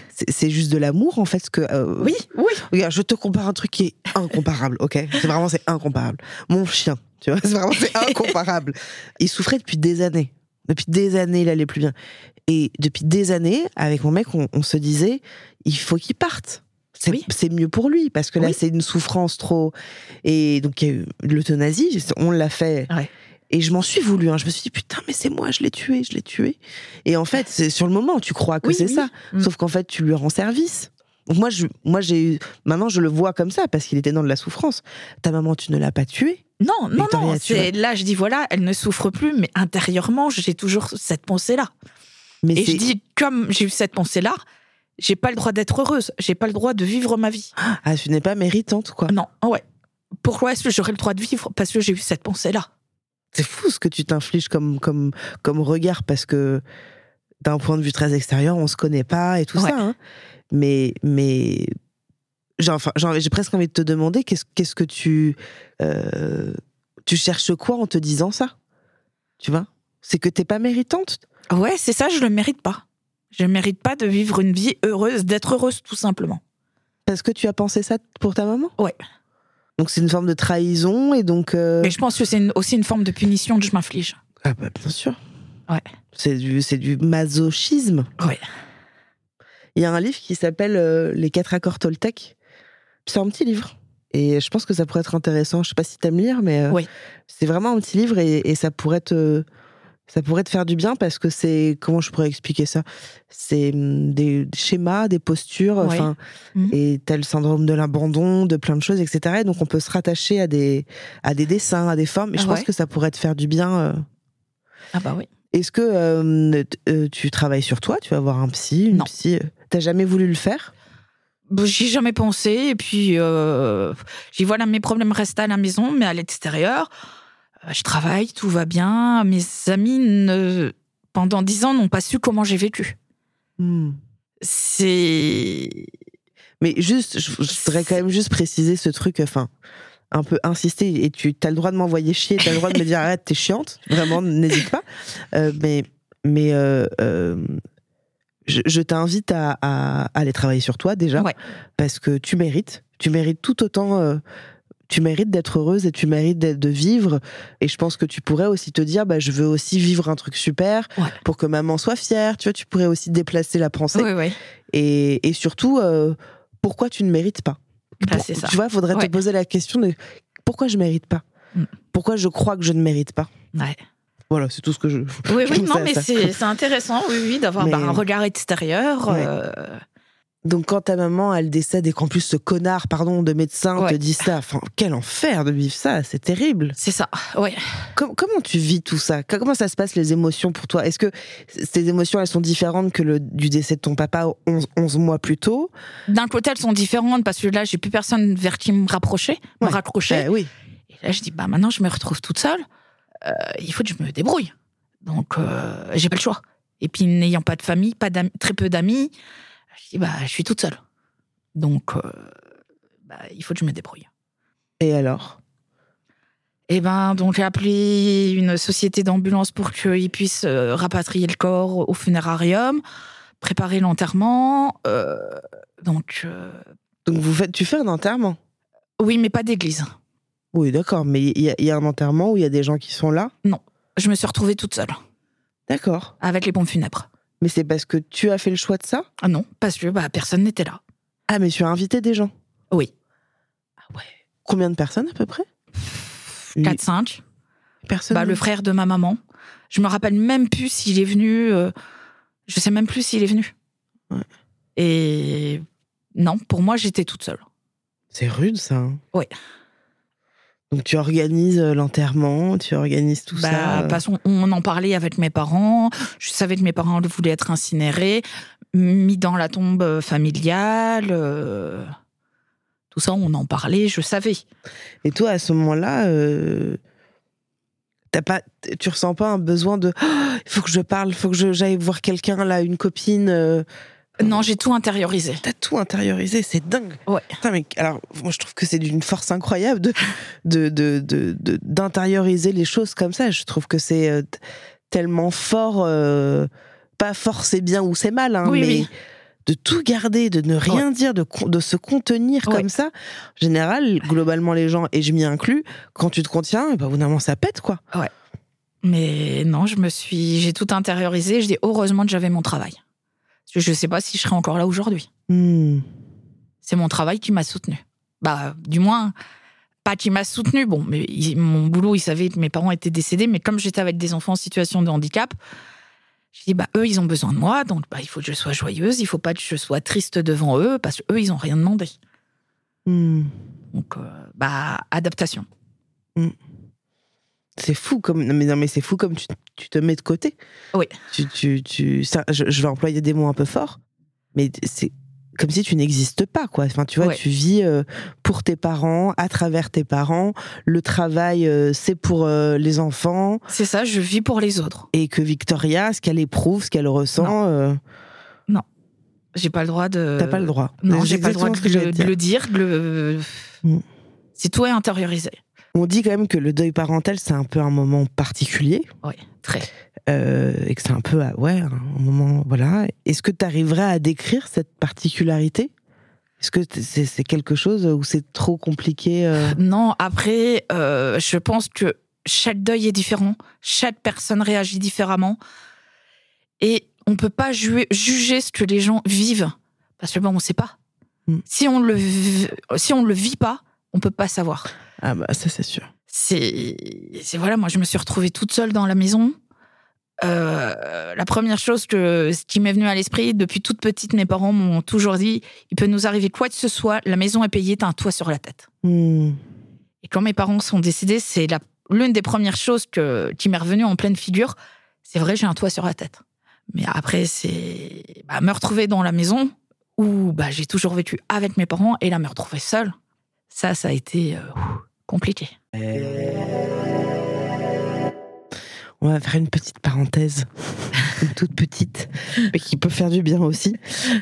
S1: c'est c'est juste de l'amour en fait, ce que. euh,
S2: Oui, oui.
S1: Regarde, je te compare un truc qui est incomparable, ok C'est vraiment c'est incomparable. Mon chien, tu vois, c'est vraiment
S2: *laughs*
S1: c'est incomparable. Il souffrait depuis des années. Depuis des années, il allait plus bien. Et depuis des années, avec mon mec, on, on se disait, il faut qu'il parte. C'est
S2: Oui.
S1: c'est mieux pour lui parce que là,
S2: Oui.
S1: c'est une souffrance trop. Et donc, il y a eu l'euthanasie. On l'a fait.
S2: Ouais.
S1: Et je m'en suis voulu. hein. Je me suis dit, putain, mais c'est moi, je l'ai tué, je l'ai tué. Et en fait, c'est sur le moment, tu crois que
S2: Oui,
S1: c'est
S2: oui.
S1: ça.
S2: Mm.
S1: Sauf qu'en fait, tu lui rends service. Donc moi, je, moi, j'ai eu. Maintenant, je le vois comme ça parce qu'il était dans de la souffrance. Ta maman, tu ne l'as pas tué.
S2: Non, non,
S1: Victoria,
S2: non.
S1: tu
S2: c'est- Là, je dis voilà, elle ne souffre plus, mais intérieurement, j'ai toujours cette pensée-là.
S1: Mais
S2: Et,
S1: c'est-
S2: je dis comme j'ai eu cette pensée-là, j'ai pas le droit d'être heureuse, j'ai pas le droit de vivre ma vie.
S1: ah, tu n'es pas méritante, quoi.
S2: Non, ah ouais. Pourquoi est-ce que j'aurais le droit de vivre Parce que j'ai eu cette pensée-là.
S1: C'est fou ce que tu t'infliges comme, comme, comme regard parce que d'un point de vue très extérieur, on se connaît pas et tout
S2: Ouais.
S1: ça. hein. Mais, mais j'ai enfin, j'ai envie- j'ai presque envie de te demander qu'est-ce qu'est-ce que tu. euh, tu cherches quoi en te disant ça Tu vois C'est que t'es pas méritante
S2: Ouais, c'est ça, je le mérite pas. Je mérite pas de vivre une vie heureuse, d'être heureuse tout simplement.
S1: parce que tu as pensé ça pour ta maman
S2: Ouais.
S1: Donc c'est une forme de trahison et donc. euh,
S2: Mais je pense que c'est une- aussi une forme de punition que je m'inflige.
S1: Ah bah bien sûr.
S2: Ouais.
S1: C'est du, c'est du masochisme.
S2: Ouais.
S1: Il y a un livre qui s'appelle euh, Les quatre accords Toltec. C'est un petit livre. Et je pense que ça pourrait être intéressant. Je sais pas si t'aimes lire, mais euh,
S2: Oui.
S1: c'est vraiment un petit livre et, et ça pourrait te ça pourrait te faire du bien parce que c'est comment je pourrais expliquer ça C'est hum, des schémas, des postures,
S2: Ouais.
S1: enfin
S2: Mhm.
S1: et t'as le syndrome de l'abandon, de plein de choses, etc. Et donc on peut se rattacher à des à des dessins, à des formes. Et je
S2: Ah
S1: pense
S2: ouais.
S1: que ça pourrait te faire du bien. euh,
S2: Ah bah oui.
S1: est-ce que euh, t- euh, tu travailles sur toi Tu vas voir un psy, une
S2: Non.
S1: psy euh, T'as jamais voulu le faire
S2: Bon, J'y ai jamais pensé, et puis euh, j'y vois là, mes problèmes restent à la maison, mais à l'extérieur, euh, je travaille, tout va bien. Mes amis, ne- pendant dix ans, n'ont pas su comment j'ai vécu. C'est.
S1: Mais juste, je, je voudrais quand même juste préciser ce truc, enfin, un peu insister. Et tu as le droit de m'envoyer chier, t'as le droit de me dire arrête, t'es chiante, vraiment, n'hésite pas. Euh, mais mais euh, euh, je, je t'invite à, à- à aller travailler sur toi déjà,
S2: Ouais.
S1: parce que tu mérites. Tu mérites tout autant. euh, tu mérites d'être heureuse et tu mérites d'être- de vivre. Et je pense que tu pourrais aussi te dire, bah, je veux aussi vivre un truc super
S2: Ouais.
S1: pour que maman soit fière. Tu vois, tu pourrais aussi déplacer la pensée.
S2: Oui, oui.
S1: Et, et surtout, euh, pourquoi tu ne mérites pas
S2: Là,
S1: Pour-
S2: Ah, c'est ça.
S1: Tu vois, il faudrait
S2: Ouais.
S1: te poser la question de pourquoi je mérite pas
S2: Mm.
S1: Pourquoi je crois que je ne mérite pas
S2: Ouais.
S1: Voilà, c'est tout ce que je. *laughs*
S2: Oui,
S1: Je
S2: oui,
S1: pense
S2: non,
S1: à
S2: mais
S1: ça.
S2: c'est c'est intéressant, oui, oui, d'avoir
S1: Mais-
S2: bah, un regard extérieur.
S1: Ouais.
S2: euh,
S1: Donc, quand ta maman, elle décède et qu'en plus ce connard, pardon, de médecin te
S2: Ouais.
S1: dit ça, enfin, quel enfer de vivre ça, c'est terrible.
S2: c'est ça, oui.
S1: Com- comment tu vis tout ça Co- Comment ça se passe les émotions pour toi Est-ce que c- ces émotions, elles sont différentes que le, du décès de ton papa 11, 11 mois plus tôt
S2: D'un côté, elles sont différentes parce que là, j'ai plus personne vers qui me rapprocher,
S1: Ouais.
S2: me raccrocher.
S1: Eh Oui.
S2: Et là, je dis, bah maintenant, je me retrouve toute seule. Euh, il faut que je me débrouille. Donc, euh, j'ai pas le choix. Et puis, n'ayant pas de famille, pas d'am- très peu d'amis, je dis, bah, je suis toute seule. Donc, euh, bah, il faut que je me débrouille.
S1: Et alors
S2: Et ben, donc, j'ai appelé une société d'ambulance pour qu'ils puissent euh, rapatrier le corps au funérarium, préparer l'enterrement. euh, donc, euh,
S1: Donc, vous faites, tu fais un enterrement
S2: oui, mais pas d'église.
S1: Oui, d'accord, mais il y, a- il y a un enterrement où il y a des gens qui sont là.
S2: Je me suis retrouvée toute seule,
S1: D'accord.
S2: avec les pompes funèbres.
S1: Mais c'est parce que tu as fait le choix de ça
S2: Ah non, parce que bah, personne n'était là.
S1: Ah, mais tu as invité des gens.
S2: Oui.
S1: Combien de personnes à peu près
S2: 4, 5.
S1: personnes.
S2: Bah, le frère de ma maman. Je me rappelle même plus s'il est venu. euh, je sais même plus s'il est venu.
S1: Ouais.
S2: Et non, pour moi, j'étais toute seule.
S1: C'est rude ça. hein.
S2: Ouais.
S1: Donc tu organises euh, l'enterrement, tu organises tout ça.
S2: bah,
S1: euh.
S2: parce qu'on on en parlait avec mes parents. Je savais que mes parents voulaient être incinérés, mis dans la tombe euh, familiale. euh, tout ça, on en parlait. Je savais.
S1: Et toi, à ce moment-là, euh, t'as pas, t- tu ressens pas un besoin de *gasps* Ah, il faut que je parle, il faut que je- j'aille voir quelqu'un là, une copine. euh,
S2: Non, j'ai tout intériorisé.
S1: T'as tout intériorisé, c'est dingue.
S2: Ouais.
S1: Putain, mais alors, moi, je trouve que c'est d'une force incroyable de de- de- de- de- d'intérioriser les choses comme ça. Je trouve que c'est euh, t- tellement fort, euh, pas fort, c'est bien ou c'est mal, hein,
S2: Oui,
S1: mais
S2: oui.
S1: de tout garder, de ne rien dire, de, con- de se contenir
S2: Ouais.
S1: comme ça. En général, globalement, les gens, et je m'y inclus, quand tu te contiens, eh ben, au bout d'un moment, ça pète, quoi.
S2: Mais non, je me suis, j'ai tout intériorisé. Je dis heureusement que j'avais mon travail. Parce que je ne sais pas si je serais encore là aujourd'hui.
S1: Hmm.
S2: C'est mon travail qui m'a soutenue. Bah, du moins, papa qui m'a soutenue. Bon, mais il- mon boulot, il savait que mes parents étaient décédés, mais comme j'étais avec des enfants en situation de handicap, je dis bah eux, ils ont besoin de moi, donc bah, il faut que je sois joyeuse, il faut pas que je sois triste devant eux parce que eux, ils ont rien demandé.
S1: Hmm.
S2: Donc euh, bah adaptation.
S1: C'est fou comme non mais, non, mais c'est fou comme tu, tu te mets de côté.
S2: Oui.
S1: Tu tu tu ça, je, je vais employer des mots un peu forts, mais c'est comme si tu n'existes pas quoi. Enfin tu vois
S2: Ouais.
S1: tu vis euh, pour tes parents, à travers tes parents. Le travail euh, c'est pour euh, les enfants
S2: C'est ça, je vis pour les autres.
S1: et que Victoria ce qu'elle éprouve, ce qu'elle ressent, euh,
S2: J'ai pas le droit de
S1: t'as pas le droit.
S2: Euh, Non,
S1: C'est
S2: j'ai pas le droit
S1: exactement
S2: de
S1: ce que j'allais
S2: le,
S1: te
S2: de
S1: dire.
S2: le dire, de le
S1: Mm.
S2: c'est tout est intériorisé.
S1: On dit quand même que le deuil parental c'est un peu un moment particulier.
S2: Ouais, très.
S1: euh, et que c'est un peu à- ouais un moment voilà est-ce que tu arriverais à décrire cette particularité est-ce que t- c'est c'est quelque chose où c'est trop compliqué euh,
S2: Non, après, euh, je pense que chaque deuil est différent, chaque personne réagit différemment. Et on ne peut pas ju- juger ce que les gens vivent, parce que bon, on ne sait pas.
S1: Mm.
S2: Si on le vi- si on le vit pas, on peut pas savoir.
S1: ah bah ça c'est sûr
S2: C'est c'est- voilà, moi je me suis retrouvée toute seule dans la maison. Euh, la première chose que ce qui m'est venu à l'esprit depuis toute petite, mes parents m'ont toujours dit il peut nous arriver quoi que ce soit, la maison est payée, t'as un toit sur la tête.
S1: Hmm.
S2: Et quand mes parents sont décédés, c'est la- l'une des premières choses que, qui m'est revenue en pleine figure. C'est vrai, j'ai un toit sur la tête. Mais après, c'est bah, me retrouver dans la maison où bah, j'ai toujours vécu avec mes parents et là, me retrouver seule. Ça, ça a été euh, ouh, compliqué.
S1: on va faire une petite *laughs* parenthèse une toute petite mais qui peut faire du bien aussi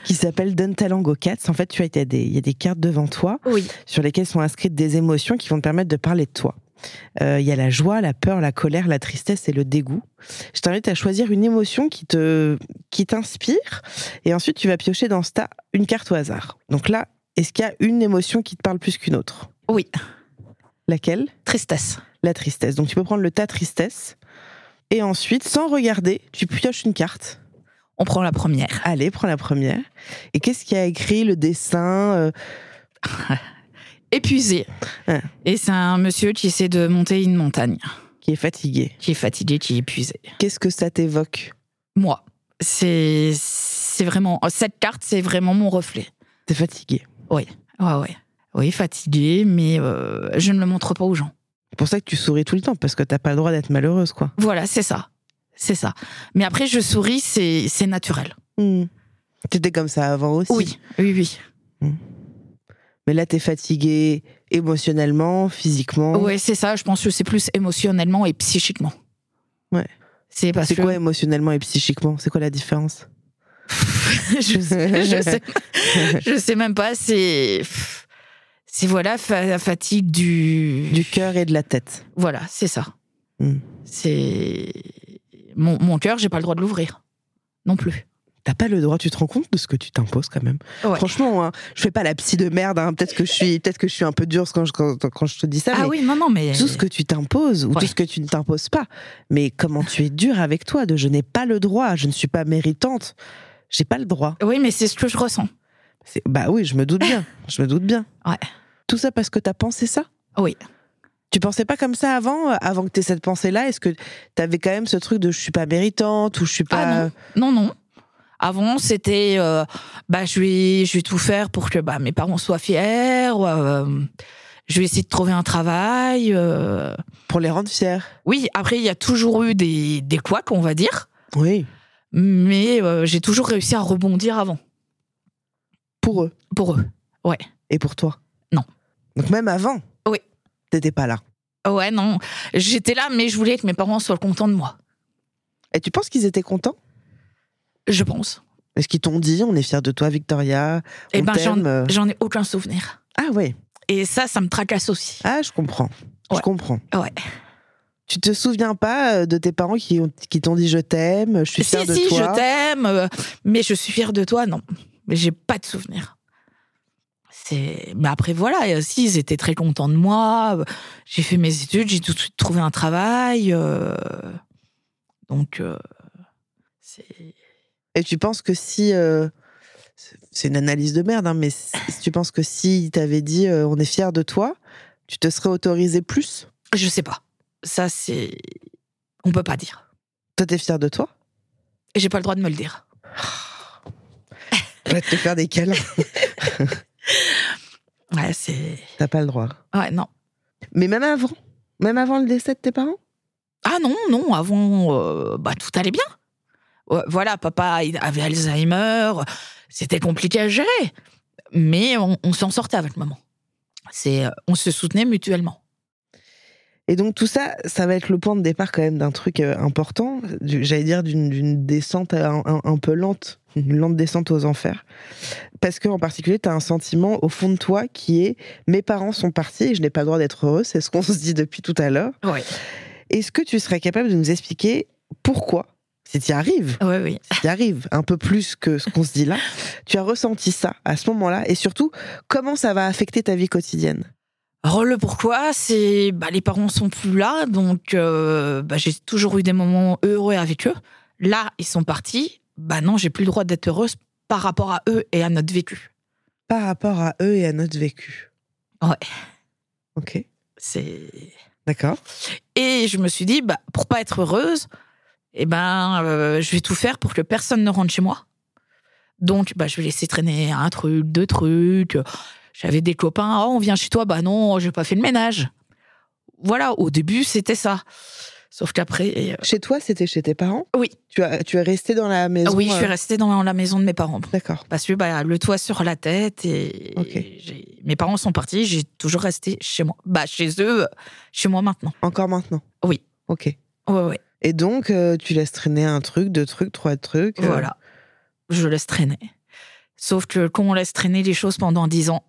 S1: qui s'appelle donne ta langue aux cats en fait tu as il y a des- il y a des cartes devant toi
S2: Oui.
S1: sur lesquelles sont inscrites des émotions qui vont te permettre de parler de toi. Euh, Il y a la joie, la peur, la colère, la tristesse et le dégoût. Je t'invite à choisir une émotion qui te qui t'inspire et ensuite tu vas piocher dans ce tas une carte au hasard. Donc là, est-ce qu'il y a une émotion qui te parle plus qu'une autre
S2: Oui.
S1: Laquelle
S2: Tristesse.
S1: La tristesse. Donc tu peux prendre le tas tristesse et ensuite, sans regarder, tu pioches une carte.
S2: On prend la première.
S1: Allez, prends la première. Et qu'est-ce qui a écrit le dessin euh,
S2: Épuisé.
S1: Ouais.
S2: Et c'est un monsieur qui essaie de monter une montagne,
S1: qui est fatigué
S2: qui est fatigué, qui est épuisé.
S1: Qu'est-ce que ça t'évoque
S2: Moi, c'est c'est vraiment cette carte, c'est vraiment mon reflet.
S1: T'es fatigué.
S2: Ouais, ouais. Oui, fatiguée, mais euh, je ne le montre pas aux gens.
S1: C'est pour ça que tu souris tout le temps, parce que t'as pas le droit d'être malheureuse, quoi.
S2: Voilà, c'est ça. C'est ça. Mais après, je souris, c'est c'est naturel.
S1: T'étais comme ça avant aussi.
S2: Hmm. oui, oui.
S1: Mais là, t'es fatiguée émotionnellement, physiquement.
S2: Ouais, c'est ça. Je pense que c'est plus émotionnellement et psychiquement.
S1: Ouais.
S2: C'est parce
S1: C'est
S2: que
S1: quoi émotionnellement et psychiquement C'est quoi la différence
S2: *laughs* je, sais,
S1: *laughs*
S2: je, sais, je sais même pas. C'est c'est voilà fa- la fatigue du
S1: Du cœur et de la tête.
S2: Voilà, c'est ça.
S1: Hmm.
S2: C'est mon mon cœur. J'ai pas le droit de l'ouvrir non plus.
S1: T'as pas le droit, tu te rends compte de ce que tu t'imposes quand même.
S2: Ouais.
S1: Franchement, hein, je fais pas la psy de merde. hein, Peut-être que je suis, peut-être que je suis un peu dure quand je, quand, quand je te dis ça.
S2: Ah
S1: mais
S2: oui, non, non, mais
S1: Tout ce que tu t'imposes ou tout
S2: Ouais.
S1: ce que tu ne t'imposes pas. Mais comment tu es dure avec toi de je n'ai pas le droit, je ne suis pas méritante, j'ai pas le droit.
S2: oui, mais c'est ce que je ressens.
S1: C'est- Bah oui, je me doute bien. Je me doute bien.
S2: Ouais.
S1: Tout ça parce que t'as pensé ça
S2: Oui.
S1: Tu pensais pas comme ça avant, euh, avant que t'aies cette pensée-là Est-ce que t'avais quand même ce truc de je suis pas méritante ou je suis
S2: Ah
S1: pas. euh,
S2: Non, non. Avant, c'était euh, bah, je, vais, je vais tout faire pour que bah, mes parents soient fiers. euh, je vais essayer de trouver un travail. euh.
S1: pour les rendre fiers.
S2: Oui, après, il y a toujours eu des, des couacs, on va dire.
S1: Oui.
S2: Mais euh, j'ai toujours réussi à rebondir avant,
S1: Pour eux
S2: pour eux.
S1: et pour toi
S2: Non.
S1: Donc même avant
S2: Oui.
S1: T'étais pas là.
S2: Ouais, non. J'étais là, mais je voulais que mes parents soient contents de moi.
S1: Et tu penses qu'ils étaient contents
S2: Je pense.
S1: Est-ce qu'ils t'ont dit on est fiers de toi, Victoria
S2: Et
S1: on
S2: ben, j'en-
S1: t'aime, euh.
S2: j'en ai aucun souvenir.
S1: Ah oui.
S2: Et ça, ça me tracasse aussi.
S1: Ah, je comprends. Je
S2: Ouais.
S1: comprends.
S2: Ouais.
S1: Tu te souviens pas euh, de tes parents qui, ont- qui t'ont dit je t'aime, je suis
S2: Si,
S1: fière de
S2: si,
S1: toi
S2: je t'aime, euh, mais je suis fière de toi, non. Mais j'ai pas de souvenir. C'est. Mais après, voilà, euh, si, ils étaient très contents de moi. euh, J'ai fait mes études, j'ai tout de suite trouvé un travail. euh, Donc. euh, c'est-
S1: Et tu penses que si. euh, c'est- c'est une analyse de merde, hein, mais si- tu penses que si t'avait dit euh, on est fier de toi, Tu te serais autorisé plus
S2: Je sais pas. Ça, c'est. On peut pas dire.
S1: Toi, t'es fière de toi
S2: Et J'ai pas le droit de me le dire.
S1: Je vais te faire des câlins.
S2: Ouais, c'est.
S1: *laughs* T'as pas le droit.
S2: Ouais, non.
S1: Mais même avant, même avant le décès de tes parents
S2: Ah non, non, avant, euh, bah, tout allait bien. Ouais, Voilà, papa il avait Alzheimer, c'était compliqué à gérer. Mais on, on s'en sortait avec maman. C'est, euh, on se soutenait mutuellement.
S1: Et donc tout ça, ça va être le point de départ quand même d'un truc euh, important, du- j'allais dire d'une- d'une descente euh, un, un- un peu lente, une lente descente aux enfers. Parce que en particulier, tu as un sentiment au fond de toi qui est mes parents sont partis et je n'ai pas le droit d'être heureux, c'est ce qu'on *laughs* se dit depuis tout à l'heure.
S2: Ouais.
S1: Est-ce que tu serais capable de nous expliquer pourquoi, si tu arrives,
S2: Ouais, oui.
S1: si tu arrives un peu plus que ce qu'on se dit là, tu as ressenti ça à ce moment-là et surtout comment ça va affecter ta vie quotidienne
S2: Alors, Oh, le pourquoi, c'est bah, les parents sont plus là, donc euh, bah, j'ai toujours eu des moments heureux avec eux. Là, ils sont partis. Bah non, j'ai plus le droit d'être heureuse par rapport à eux et à notre vécu.
S1: par rapport à eux et à notre vécu
S2: Ouais.
S1: Ok.
S2: C'est
S1: D'accord.
S2: et je me suis dit bah pour pas être heureuse, eh ben euh, je vais tout faire pour que personne ne rentre chez moi. Donc bah je vais laisser traîner un truc, deux trucs. J'avais des copains, oh on vient chez toi, bah non, j'ai pas fait le ménage. Voilà, au début c'était ça. Sauf qu'après euh,
S1: Chez toi, c'était chez tes parents
S2: Oui.
S1: Tu as, tu es resté dans la maison
S2: Ah oui, je suis
S1: euh,
S2: restée dans la maison de mes parents.
S1: D'accord.
S2: Parce que bah, le toit sur la tête et
S1: Ok.
S2: j'ai- mes parents sont partis, j'ai toujours resté chez moi. Bah, chez eux, euh, chez moi maintenant.
S1: Encore maintenant
S2: Oui.
S1: Ok.
S2: Ouais, ouais,
S1: Et donc, euh, tu laisses traîner un truc, deux trucs, trois trucs. euh,
S2: voilà. Je laisse traîner. Sauf que quand on laisse traîner les choses pendant 10 ans,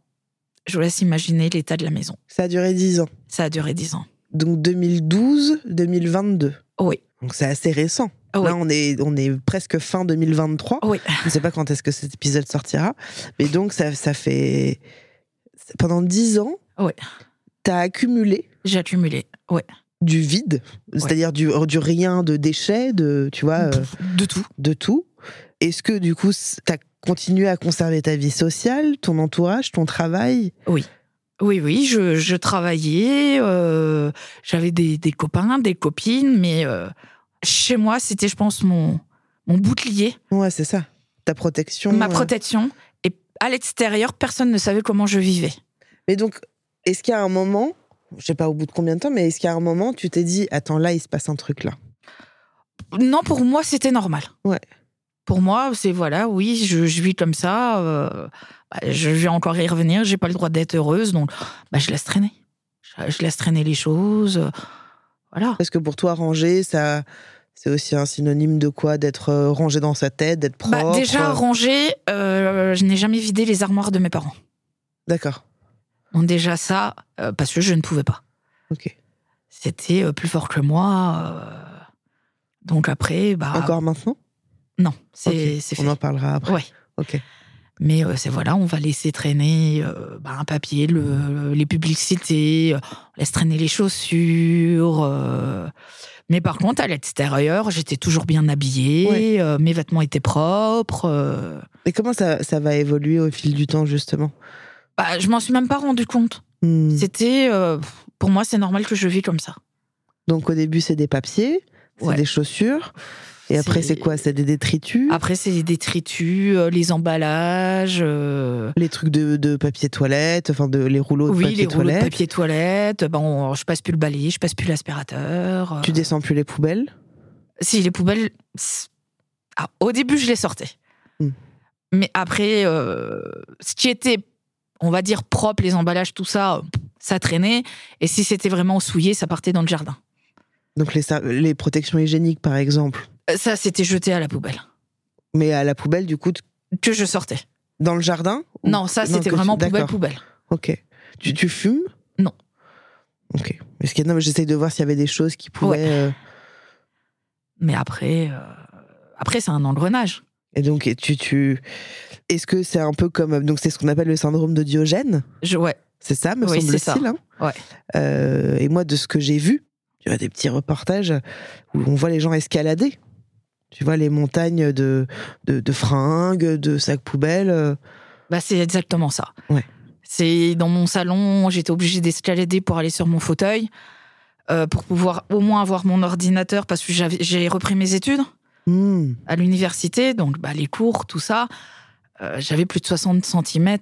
S2: je vous laisse imaginer l'état de la maison.
S1: Ça a duré dix ans.
S2: Ça a duré 10 ans.
S1: Donc 2012, 2022.
S2: Oui.
S1: Donc c'est assez récent.
S2: Ah
S1: Là, on est, on est presque fin 2023.
S2: Oui.
S1: Je ne sais pas quand est-ce que cet épisode sortira. Mais donc, ça, ça fait. Pendant dix ans,
S2: Oui.
S1: tu as accumulé
S2: J'ai accumulé. Ouais.
S1: du vide,
S2: Ouais.
S1: c'est-à-dire du, du rien, de déchets, de, tu
S2: Ah,
S1: vois, euh,
S2: De tout.
S1: de tout. Est-ce que du coup, tu as continué à conserver ta vie sociale, ton entourage, ton travail
S2: Oui, oui, je, je travaillais, euh, j'avais des, des copains, des copines, mais euh, chez moi, c'était, je pense, mon, mon bouclier,
S1: Ouais, c'est ça. Ta protection.
S2: ma
S1: euh.
S2: protection. Et à l'extérieur, personne ne savait comment je vivais.
S1: Mais donc, est-ce qu'il y a un moment, je sais pas au bout de combien de temps, mais est-ce qu'il y a un moment, tu t'es dit, attends, là, il se passe un truc là
S2: Non, pour moi, c'était normal.
S1: Ouais.
S2: Pour moi, c'est voilà, oui, je, je vis comme ça, euh, bah, je vais encore y revenir, j'ai pas le droit d'être heureuse, donc bah, je laisse traîner. Je, je laisse traîner les choses. euh, voilà.
S1: Parce que pour toi, ranger, ça. C'est aussi un synonyme de quoi D'être euh, rangé dans sa tête, d'être
S2: Bah,
S1: propre.
S2: déjà,
S1: euh,
S2: ranger, euh, je n'ai jamais vidé les armoires de mes parents.
S1: D'accord.
S2: Donc déjà ça, euh, parce que je ne pouvais pas.
S1: Ok.
S2: C'était euh, plus fort que moi. euh, Donc après, bah
S1: Encore maintenant
S2: non, c'est
S1: Ok.
S2: c'est fait.
S1: On en parlera après.
S2: Ouais.
S1: Ok.
S2: Mais euh, c'est voilà, on va laisser traîner euh, bah, un papier, le- les publicités, euh, on laisse traîner les chaussures. euh. Mais par contre, à l'extérieur, j'étais toujours bien habillée,
S1: Ouais.
S2: euh, mes vêtements étaient propres. euh.
S1: Et comment ça, ça va évoluer au fil du temps, justement
S2: Bah, je m'en suis même pas rendu compte.
S1: Hmm.
S2: C'était euh, pour moi, c'est normal que je vis comme ça.
S1: Donc au début, c'est des papiers, c'est
S2: Ouais.
S1: des chaussures. Et après, c'est quoi C'est des détritus
S2: Après, c'est les détritus, euh, les emballages, euh,
S1: Les trucs de, de papier toilette, enfin de, les rouleaux de
S2: oui,
S1: papier
S2: les rouleaux de
S1: toilette.
S2: papier toilette. Ben, on- je passe plus le balai, je passe plus l'aspirateur. euh.
S1: Tu descends plus les poubelles.
S2: Si les poubelles, c'est- ah, au début, je les sortais.
S1: Hmm.
S2: Mais après, euh, ce qui était, on va dire, propre, les emballages, tout ça, euh, ça traînait. Et si c'était vraiment souillé, ça partait dans le jardin.
S1: Donc les, ser- les protections hygiéniques, par exemple.
S2: Euh, Ça, c'était jeté à la poubelle
S1: Mais à la poubelle, du coup, t-
S2: que je sortais.
S1: dans le jardin ou-
S2: Non, ça, c'était
S1: que tu-
S2: vraiment poubelle,
S1: d'accord.
S2: poubelle.
S1: Ok. Tu, tu fumes
S2: Non.
S1: Ok. Parce que non, mais j'essaye de voir s'il y avait des choses qui pouvaient. euh,
S2: Mais après, euh, après, c'est un engrenage.
S1: Et donc, et tu, tu... est-ce que c'est un peu comme. euh, Donc, c'est ce qu'on appelle le syndrome de Diogène
S2: Je, ouais.
S1: C'est ça, me
S2: Oui, c'est
S1: semble-t-il. hein.
S2: Ouais.
S1: Euh, et moi, de ce que j'ai vu, tu vois, des petits reportages où on voit les gens escalader. Tu vois les montagnes de, de, de fringues, de sacs poubelles. euh,
S2: Bah, c'est exactement ça.
S1: Ouais.
S2: C'est dans mon salon, j'étais obligée d'escalader pour aller sur mon fauteuil, euh, pour pouvoir au moins avoir mon ordinateur, parce que j'avais- j'ai repris mes études
S1: Hmm.
S2: à l'université, donc bah, les cours, tout ça. Euh, j'avais plus de 60 cm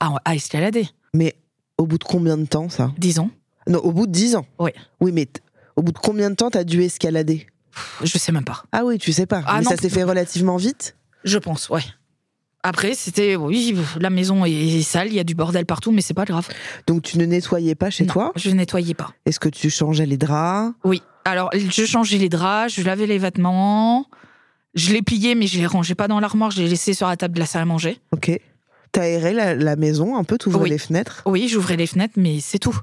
S2: à, à escalader,
S1: Mais au bout de combien de temps, ça
S2: disons.
S1: Non, au bout de 10 ans
S2: Oui.
S1: Oui, mais t- au bout de combien de temps t'as dû escalader
S2: Pff, Je sais même pas.
S1: Ah oui, tu sais pas.
S2: Ah
S1: mais
S2: non,
S1: ça s'est
S2: p-
S1: fait relativement vite
S2: Je pense, ouais. Après, c'était oui, la maison est, est sale, il y a du bordel partout, mais c'est pas grave.
S1: Donc tu ne nettoyais pas chez
S2: Non,
S1: toi
S2: Je nettoyais pas.
S1: Est-ce que tu changeais les draps
S2: Oui. Alors, je changeais les draps, je lavais les vêtements, je les pliais, mais je les rangeais pas dans l'armoire, je les laissais sur la table de la salle à manger.
S1: Ok. T'as aéré la, la maison un peu, t'ouvrais
S2: Oui.
S1: les fenêtres
S2: Oui, j'ouvrais les fenêtres, mais c'est tout.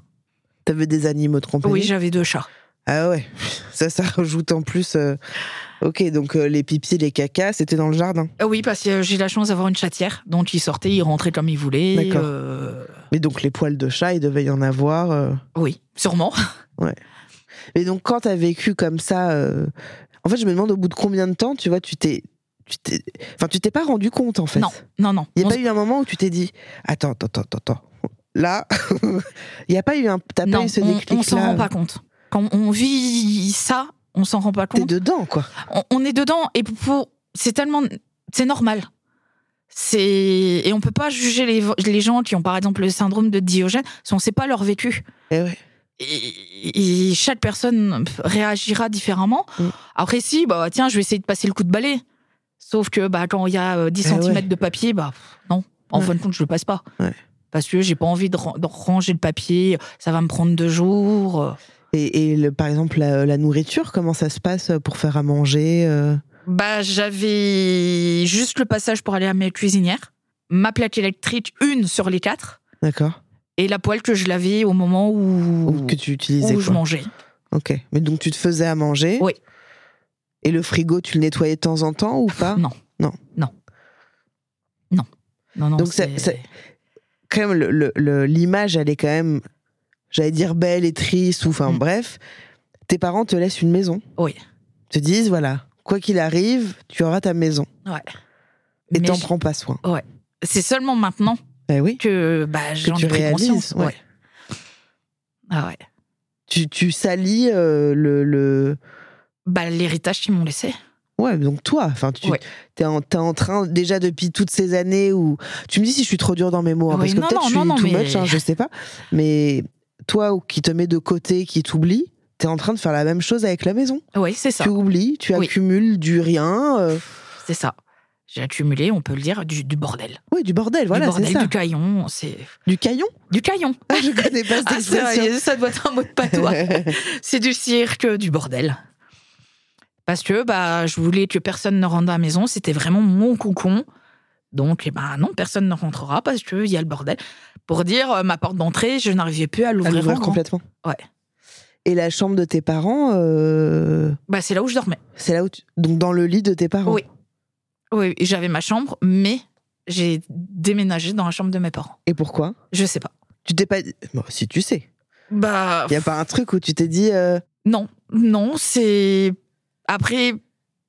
S1: T'avais des animaux de compagnie
S2: Oui, j'avais deux chats.
S1: Ah ouais, *laughs* ça, ça rajoute en plus. euh, Ok, donc euh, les pipis, les cacas, c'était dans le jardin.
S2: Ah oui, parce que euh, j'ai la chance d'avoir une chatière, donc ils sortaient, ils rentraient comme ils voulaient.
S1: D'accord.
S2: euh,
S1: Mais donc les poils de chat, il devait y en avoir. euh.
S2: oui, sûrement. *laughs*
S1: Mais donc quand t'as vécu comme ça, euh, en fait, je me demande au bout de combien de temps, tu vois, tu t'es, tu t'es, enfin, tu t'es pas rendu compte en fait.
S2: Non, non, non.
S1: Il n'y a
S2: On
S1: pas
S2: s-
S1: eu un moment où tu t'es dit, attends, attends, attends, attends, attends. Là, *laughs* il n'y a pas eu un, t'as
S2: non,
S1: pas eu ce
S2: on-
S1: déclic
S2: on s'en rend pas compte. Quand on vit ça, on s'en rend pas
S1: T'es
S2: compte.
S1: dedans, quoi.
S2: on, on est dedans et pour c'est tellement c'est normal. C'est et on peut pas juger les, les gens qui ont par exemple le syndrome de Diogène si on sait pas leur vécu.
S1: Eh ouais.
S2: Et, et chaque personne réagira différemment.
S1: Mm.
S2: Après si bah tiens, je vais essayer de passer le coup de balai. Sauf que bah quand il y a euh, 10
S1: Eh
S2: cm
S1: ouais.
S2: de papier, bah pff, non, en
S1: Ouais.
S2: fin de compte, je le passe pas.
S1: Ouais.
S2: Parce que j'ai pas envie de, ran- de ranger le papier, ça va me prendre deux jours. euh,
S1: Et, et le, par exemple, la, la nourriture, comment ça se passe pour faire à manger euh,
S2: Bah, j'avais juste le passage pour aller à ma cuisinière, ma plaque électrique, une sur les quatre,
S1: D'accord.
S2: et la poêle que je lavais au moment où,
S1: Ou que tu utilisais
S2: où je
S1: quoi.
S2: mangeais.
S1: Ok. Mais donc tu te faisais à manger.
S2: Oui.
S1: Et le frigo, tu le nettoyais de temps en temps ou pas
S2: Non.
S1: Non.
S2: Non. Non. Non, non.
S1: Donc ça-
S2: c'est-
S1: ça- Quand même, le- le- le- l'image, elle est quand même, j'allais dire belle et triste ou enfin
S2: Mm.
S1: bref. Tes parents te laissent une maison.
S2: Oui.
S1: Te disent voilà, quoi qu'il arrive, tu auras ta maison
S2: Ouais.
S1: et
S2: Mais
S1: t'en
S2: je-
S1: prends pas soin.
S2: C'est seulement maintenant
S1: Eh oui.
S2: que bah, j'en
S1: tu
S2: ai pris
S1: réalises,
S2: conscience.
S1: ouais.
S2: Ah ouais.
S1: Tu, tu salis euh, le, le-
S2: Bah, l'héritage qu'ils m'ont laissé.
S1: Ouais, donc toi, enfin, tu
S2: Ouais.
S1: t'es, en, t'es en train, déjà depuis toutes ces années où. Tu me dis si je suis trop dure dans mes mots, hein, parce
S2: Oui,
S1: que
S2: non,
S1: peut-être
S2: non,
S1: je suis
S2: non, non,
S1: too
S2: mais-
S1: much, hein, je sais pas. Mais toi ou- qui te mets de côté, qui t'oublie, t'es en train de faire la même chose avec la maison.
S2: Oui, c'est ça.
S1: Tu oublies, tu
S2: Oui.
S1: accumules du rien. euh,
S2: C'est ça. J'ai accumulé, on peut le dire, du, du bordel.
S1: Ouais, du bordel, voilà,
S2: du
S1: c'est
S2: bordel,
S1: ça.
S2: du
S1: Du,
S2: caillon. C'est...
S1: caillon *laughs*
S2: Du caillon.
S1: Ah, Je connais pas cette
S2: Ah, c'est vrai,
S1: expression.
S2: ça doit être un mot de *laughs* patois.
S1: *laughs*
S2: c'est du cirque, du bordel. Parce que bah, je voulais que personne ne rentre à la maison, c'était vraiment mon cocon. Donc, eh ben, non, personne ne rentrera parce qu'il y a le bordel. Pour dire, euh, ma porte d'entrée, je n'arrivais plus à
S1: À
S2: l'ouvrir.
S1: l'ouvrir
S2: en grand.
S1: complètement.
S2: hein. Ouais.
S1: Et la chambre de tes parents, euh,
S2: Bah, c'est là où je dormais.
S1: c'est là où tu... Donc dans le lit de tes parents.
S2: Oui. Oui, oui, j'avais ma chambre, mais j'ai déménagé dans la chambre de mes parents.
S1: Et pourquoi
S2: Je sais pas.
S1: Tu t'es pas. Bon, si tu sais.
S2: Bah,
S1: Il y a pas un truc où tu t'es dit euh,
S2: Non, non, c'est. Après,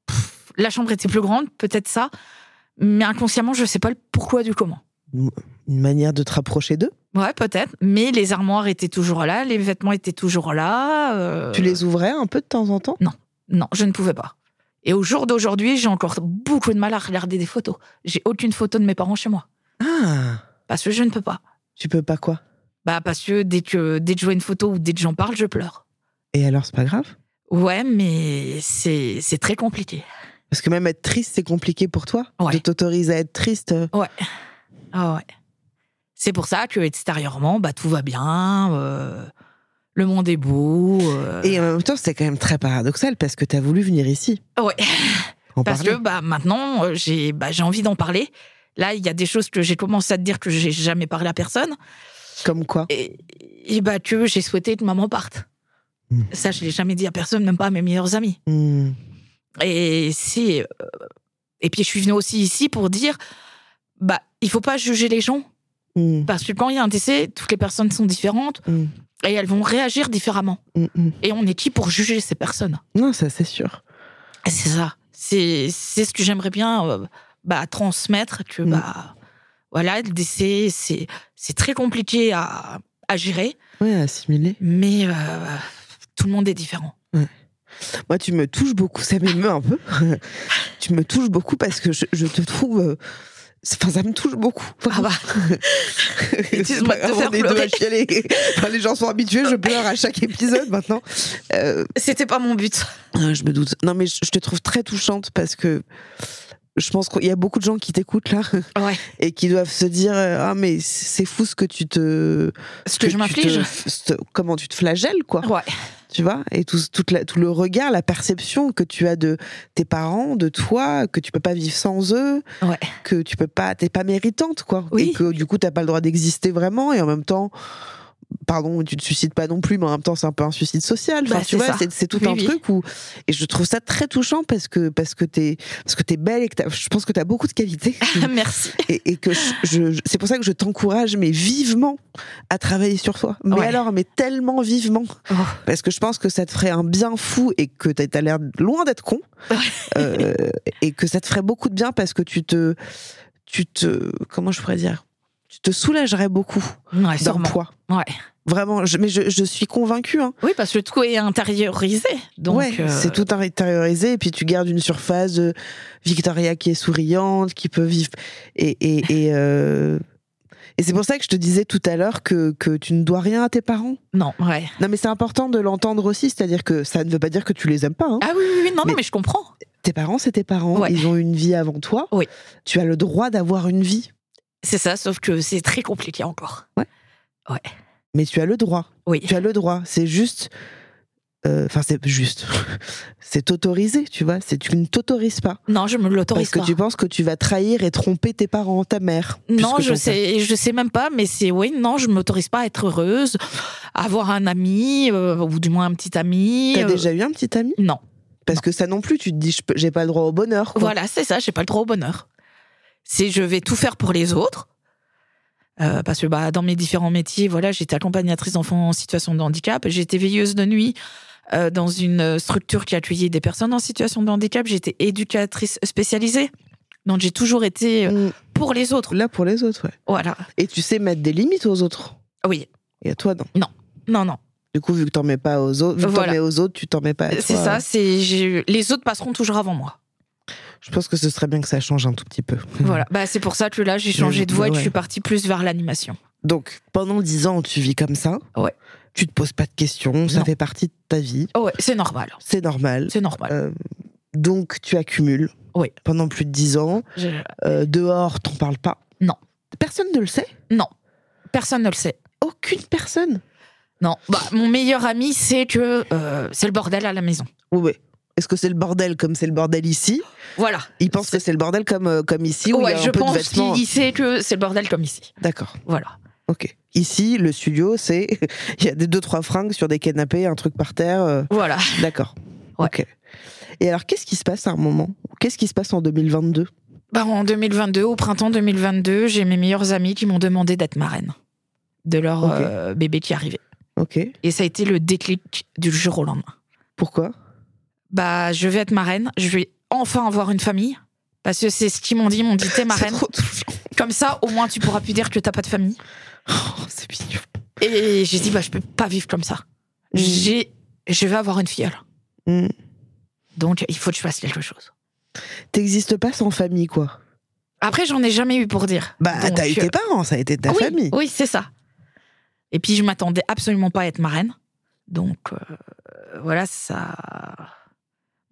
S2: pff, la chambre était plus grande, peut-être ça. Mais inconsciemment, je sais pas le pourquoi du comment.
S1: une manière de te rapprocher d'eux
S2: Ouais, peut-être. Mais les armoires étaient toujours là, les vêtements étaient toujours là. euh,
S1: Tu les ouvrais un peu de temps en temps
S2: Non, je ne pouvais pas. Et au jour d'aujourd'hui, j'ai encore beaucoup de mal à regarder des photos. J'ai aucune photo de mes parents chez moi.
S1: Ah
S2: Parce que je ne peux pas.
S1: Tu peux pas quoi
S2: Bah, parce que dès que, dès que je vois une photo ou dès que j'en parle, je pleure.
S1: Et alors, c'est pas grave
S2: Ouais, mais c'est c'est très compliqué.
S1: Parce que même être triste, c'est compliqué pour toi
S2: Ouais.
S1: De t'autoriser à être triste euh,
S2: Ah ouais. C'est pour ça que extérieurement, bah tout va bien, euh, le monde est beau. euh,
S1: Et en même temps, c'est quand même très paradoxal parce que t'as voulu venir ici.
S2: ouais.
S1: En
S2: Parce
S1: parler.
S2: que bah maintenant, euh, j'ai bah, j'ai envie d'en parler. Là, il y a des choses que j'ai commencé à te dire que j'ai jamais parlé à personne
S1: Comme quoi
S2: et, et bah que j'ai souhaité que maman parte.
S1: Mmh.
S2: Ça, je l'ai jamais dit à personne, même pas à mes meilleurs amis.
S1: Hmm.
S2: Et c'est euh, et puis je suis venue aussi ici pour dire bah il faut pas juger les gens
S1: Hmm.
S2: parce que quand il y a un décès, toutes les personnes sont différentes
S1: Mm.
S2: et elles vont réagir différemment.
S1: Hmm, hmm.
S2: Et on est qui pour juger ces personnes
S1: Non, ça, c'est sûr.
S2: C'est ça. C'est c'est ce que j'aimerais bien euh, bah, transmettre que
S1: Mm.
S2: bah Voilà, le décès, c'est c'est très compliqué à, à gérer,
S1: Ouais, assimilé.
S2: mais euh, tout le monde est différent.
S1: Moi, tu me touches beaucoup, ça m'émeut un peu. *laughs* tu me touches beaucoup parce que je, je te trouve. euh, c'est- Enfin, ça me touche beaucoup.
S2: Ah
S1: *laughs*
S2: bah,
S1: C'est
S2: Excuse-moi
S1: pas
S2: de te
S1: grave,
S2: faire
S1: on est deux à
S2: pleurer.
S1: chialer. Enfin, les gens sont habitués, je pleure à chaque épisode maintenant. Euh,
S2: c'était pas mon but.
S1: Euh, Je me doute. Non, mais je, je te trouve très touchante parce que je pense qu'il y a beaucoup de gens qui t'écoutent là
S2: Ouais.
S1: et qui doivent se dire euh, Ah, mais c'est fou ce que tu te.
S2: Ce que je
S1: tu
S2: m'afflige.
S1: te- ce- Comment tu te flagelles, quoi.
S2: Ouais.
S1: Tu vois Et tout, toute la- tout le regard, la perception que tu as de tes parents, de toi, que tu peux pas vivre sans eux,
S2: Ouais.
S1: que tu peux pas. T'es pas méritante, quoi.
S2: Oui.
S1: Et que du coup, t'as pas le droit d'exister vraiment et en même temps. Pardon, tu te suicides pas non plus, mais en même temps, c'est un peu un suicide social. Enfin,
S2: Bah,
S1: tu
S2: c'est
S1: vois,
S2: ça.
S1: c'est c'est tout
S2: Oui,
S1: un
S2: oui.
S1: truc où et je trouve ça très touchant parce que parce que t'es parce que t'es belle et que t'as- je pense que t'as beaucoup de
S2: *laughs*
S1: qualités
S2: Merci.
S1: et, et que je, je- je- c'est pour ça que je t'encourage mais vivement à travailler sur toi. Mais
S2: Ouais.
S1: alors mais tellement vivement
S2: Oh.
S1: parce que je pense que ça te ferait un bien fou et que t'as t'as l'air loin d'être con
S2: Ouais.
S1: Euh, et que ça te ferait beaucoup de bien parce que tu te tu te comment je pourrais dire tu te soulagerais beaucoup
S2: Ouais,
S1: d'un
S2: sûrement.
S1: poids.
S2: Ouais.
S1: Vraiment, je- mais je, je suis convaincue. hein.
S2: Oui, parce que tout est intériorisé. Donc,
S1: ouais,
S2: euh,
S1: c'est tout intériorisé et puis tu gardes une surface de Victoria qui est souriante, qui peut vivre et et, et, euh, et c'est pour ça que je te disais tout à l'heure que que tu ne dois rien à tes parents.
S2: Non, ouais.
S1: Non mais c'est important de l'entendre aussi, c'est-à-dire que ça ne veut pas dire que tu les aimes pas. hein.
S2: Ah oui, oui, oui, non,
S1: Mais-
S2: non, mais je comprends.
S1: Tes parents, c'est tes parents,
S2: Ouais.
S1: ils ont une vie avant toi.
S2: Oui.
S1: Tu as le droit d'avoir une vie,
S2: C'est ça, sauf que c'est très compliqué encore.
S1: mais tu as le droit.
S2: Oui.
S1: Tu as le droit, c'est juste euh, enfin c'est juste *laughs* c'est autorisé, tu vois, c'est tu ne t'autorises pas.
S2: Non, je me l'autorise
S1: Parce que
S2: pas.
S1: tu penses que tu vas trahir et tromper tes parents, ta mère.
S2: Non,
S1: puisque hein.
S2: je
S1: ton père-
S2: sais, je sais même pas, mais c'est oui, non, je m'autorise pas à être heureuse, à avoir un ami euh, ou du moins un petit ami.
S1: T'as
S2: euh,
S1: déjà eu un petit ami
S2: Non,
S1: Parce que ça non plus, tu te dis, je peux- j'ai pas le droit au bonheur. quoi.
S2: voilà, c'est ça, j'ai pas le droit au bonheur. C'est je vais tout faire pour les autres. euh, parce que bah, dans mes différents métiers, voilà, j'étais accompagnatrice d'enfants en situation de handicap, j'étais veilleuse de nuit euh, dans une structure qui accueillait des personnes en situation de handicap, j'étais éducatrice spécialisée. Donc j'ai toujours été euh,
S1: Mm,
S2: pour les autres.
S1: Là pour les autres, ouais.
S2: Voilà.
S1: Et tu sais mettre des limites aux autres.
S2: Oui.
S1: Et à toi, non.
S2: Non, non.
S1: Du coup, vu que t'en mets pas aux autres, vu que t'en
S2: Voilà.
S1: mets aux autres, tu t'en mets pas à toi.
S2: C'est ça, c'est j'ai- les autres passeront toujours
S1: *laughs*
S2: avant moi.
S1: Je pense que ce serait bien que ça change un tout petit peu.
S2: Voilà, bah c'est pour ça que là j'ai changé de voie et que je suis partie plus vers l'animation.
S1: Donc, pendant 10 ans, tu vis comme ça.
S2: Ouais.
S1: Tu te poses pas de questions, ça
S2: Non.
S1: fait partie de ta vie.
S2: Oh ouais, c'est normal,
S1: C'est normal.
S2: c'est normal.
S1: Euh, donc, tu accumules.
S2: Ouais.
S1: Pendant plus de 10 ans.
S2: Je-
S1: Euh, dehors, t'en parles pas
S2: Non.
S1: Personne ne le sait
S2: Non, personne ne le sait.
S1: Aucune personne
S2: Non, bah mon meilleur ami c'est que euh, c'est le bordel à la maison.
S1: Oui, oui. Est-ce que c'est le bordel comme c'est le bordel ici
S2: Voilà.
S1: Il pense que c'est le bordel comme, euh, comme ici où il y a
S2: ouais,
S1: un
S2: je
S1: peu de
S2: pense
S1: vêtements.
S2: qu'il sait que c'est le bordel comme ici.
S1: D'accord,
S2: Voilà.
S1: ok. Ici, le studio, c'est. *laughs* Il y a des deux, trois fringues sur des canapés, un truc par terre. euh,
S2: Voilà.
S1: D'accord.
S2: Ouais.
S1: Ok. Et alors, qu'est-ce qui se passe à un moment Qu'est-ce qui se passe en 2022
S2: Bah en 2022, au printemps 2022, j'ai mes meilleurs amis qui m'ont demandé d'être marraine de leur
S1: Ok.
S2: euh, bébé qui arrivait.
S1: Ok.
S2: Et ça a été le déclic du jour au lendemain.
S1: Pourquoi
S2: bah je vais être marraine, je vais enfin avoir une famille. Parce que c'est ce qu'ils m'ont dit, ils m'ont dit t'es
S1: C'est
S2: marraine.
S1: trop touchant. *laughs*
S2: Comme ça, au moins tu pourras plus dire que t'as pas de famille.
S1: Oh, c'est mignon.
S2: Et j'ai dit bah je peux pas vivre comme ça.
S1: Mm.
S2: J'ai, je vais avoir une filleule.
S1: Mm.
S2: Donc il faut que je fasse quelque chose.
S1: T'existes pas sans famille, quoi.
S2: Après j'en ai jamais eu pour dire.
S1: Bah,
S2: Donc,
S1: t'as eu
S2: euh,
S1: tes parents, ça a été ta
S2: oui, Oh.
S1: famille.
S2: Oui c'est ça. Et puis je m'attendais absolument pas à être marraine. Donc euh, voilà ça.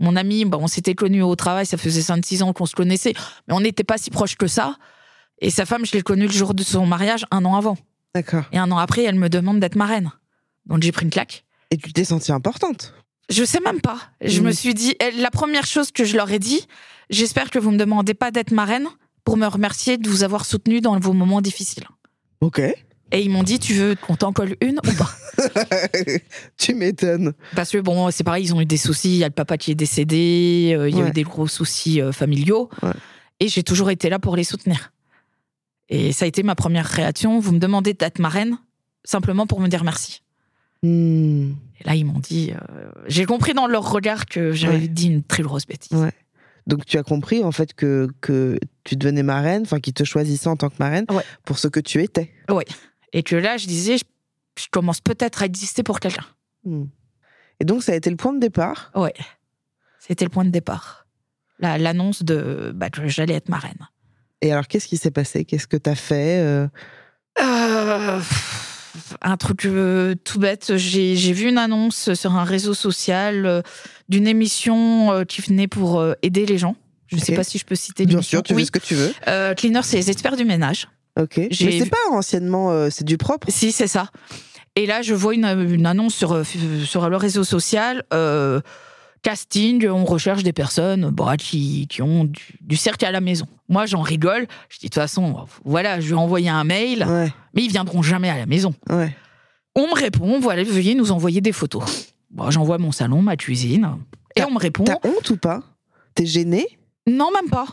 S2: Mon ami, bah, on s'était connus au travail, ça faisait 5-6 ans qu'on se connaissait, mais on n'était pas si proches que ça. Et sa femme, je l'ai connue le jour de son mariage, un an avant.
S1: D'accord.
S2: Et un an après, elle me demande d'être marraine. Donc j'ai pris une claque.
S1: Et tu t'es sentie importante
S2: Je sais même pas. Je
S1: Mm.
S2: me suis dit, eh, la première chose que je leur ai dit, j'espère que vous me demandez pas d'être marraine pour me remercier de vous avoir soutenu dans vos moments difficiles.
S1: Ok.
S2: Et ils m'ont dit, tu veux qu'on t'en colle une ou pas
S1: *laughs* tu m'étonnes.
S2: Parce que bon, c'est pareil, ils ont eu des soucis. Il y a le papa qui est décédé, euh, il y a
S1: Ouais.
S2: eu des gros soucis euh, familiaux.
S1: Ouais.
S2: Et j'ai toujours été là pour les soutenir. Et ça a été ma première réaction. Vous me demandez d'être marraine simplement pour me dire merci. Hmm. Et là, ils m'ont dit. euh, j'ai compris dans leur regard que j'avais
S1: Ouais.
S2: dit une très grosse bêtise.
S1: Ouais. Donc tu as compris en fait que, que tu devenais marraine, enfin qu'ils te choisissaient en tant que marraine
S2: Ouais.
S1: pour ce que tu étais.
S2: Et que là, je disais, je, je commence peut-être à exister pour quelqu'un.
S1: Hmm. Et donc ça a été le point de départ.
S2: Ouais. C'était le point de départ. La- L'annonce de bah, que j'allais être marraine.
S1: Et alors qu'est-ce qui s'est passé Qu'est-ce que t'as fait Euh,
S2: Euh, pff, un truc euh, tout bête. J'ai j'ai vu une annonce sur un réseau social euh, d'une émission euh, qui venait pour euh, aider les gens. Je ne sais
S1: Ok.
S2: pas si je peux citer
S1: Bien
S2: l'émission.
S1: sûr, tu fais
S2: oui.
S1: ce que tu veux.
S2: Euh, Cleaner, c'est les experts du ménage.
S1: Ok. Mais
S2: J'ai
S1: c'est
S2: vu-
S1: pas anciennement, euh, c'est du propre.
S2: Si, c'est ça. Et là, je vois une, une annonce sur, euh, sur le réseau social. euh, casting, on recherche des personnes bah, qui, qui ont du, du cercle à la maison. Moi, j'en rigole. Je dis, de toute façon, voilà, je vais envoyer un mail,
S1: Ouais,
S2: mais ils viendront jamais à la maison.
S1: ouais.
S2: On me répond, voilà, veuillez nous envoyer des photos. Bon, J'envoie mon salon, ma cuisine. Et on me répond,
S1: T'as honte ou pas T'es gênée
S2: non, même pas.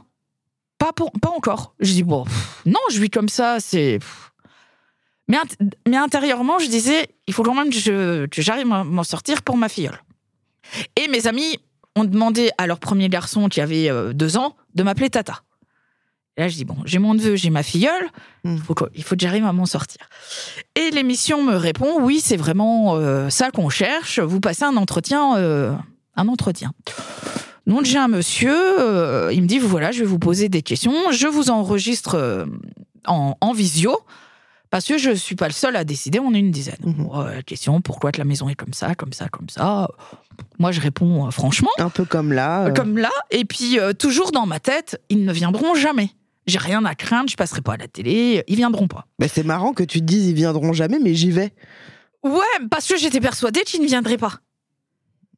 S2: Pas, pour, pas encore. Je dis, bon, pff, non, je vis comme ça, c'est. pff. Mais, int- mais intérieurement, je disais, il faut quand même que je- que j'arrive à m'en sortir pour ma filleule. Et mes amis ont demandé à leur premier garçon qui avait euh, deux ans de m'appeler Tata. Et là, je dis, bon, j'ai mon neveu, j'ai ma filleule,
S1: Mm.
S2: il faut que, il faut que j'arrive à m'en sortir. Et l'émission me répond, oui, c'est vraiment euh, ça qu'on cherche, vous passez un entretien. euh, un entretien. Donc j'ai un monsieur, euh, il me dit voilà, je vais vous poser des questions, je vous enregistre euh, en, en visio parce que je suis pas le seul à décider, on est une dizaine.
S1: Mhm.
S2: Bon, euh, question pourquoi que la maison est comme ça, comme ça, comme ça. Moi je réponds euh, franchement
S1: Un peu comme là. euh,
S2: comme là, et puis euh, toujours dans ma tête, ils ne viendront jamais. J'ai rien à craindre, je passerai pas à la télé, ils viendront pas.
S1: bah, c'est marrant que tu te dises ils viendront jamais, mais j'y vais.
S2: Ouais, parce que j'étais persuadée qu'ils ne viendraient pas.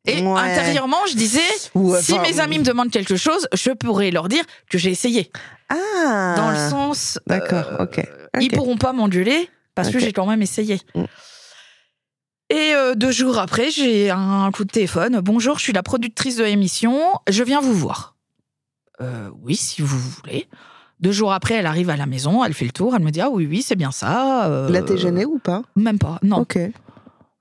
S2: Et
S1: Ouais.
S2: intérieurement, je disais,
S1: Ouais,
S2: si
S1: enfin,
S2: mes amis me demandent quelque chose, je pourrais leur dire que j'ai essayé.
S1: Ah
S2: dans le sens.
S1: D'accord,
S2: euh,
S1: ok.
S2: Ils
S1: ok.
S2: pourront pas m'onduler parce que
S1: Ok.
S2: j'ai quand même essayé.
S1: Mm.
S2: Et euh, deux jours après, j'ai un coup de téléphone. Bonjour, je suis la productrice de l'émission. Je viens vous voir. Euh, oui, si vous voulez. Deux jours après, elle arrive à la maison, elle fait le tour, elle me dit Ah oui, oui, c'est bien ça. euh,
S1: Là, t'es gênée ou pas
S2: Même pas, non.
S1: E Ok. Ouais,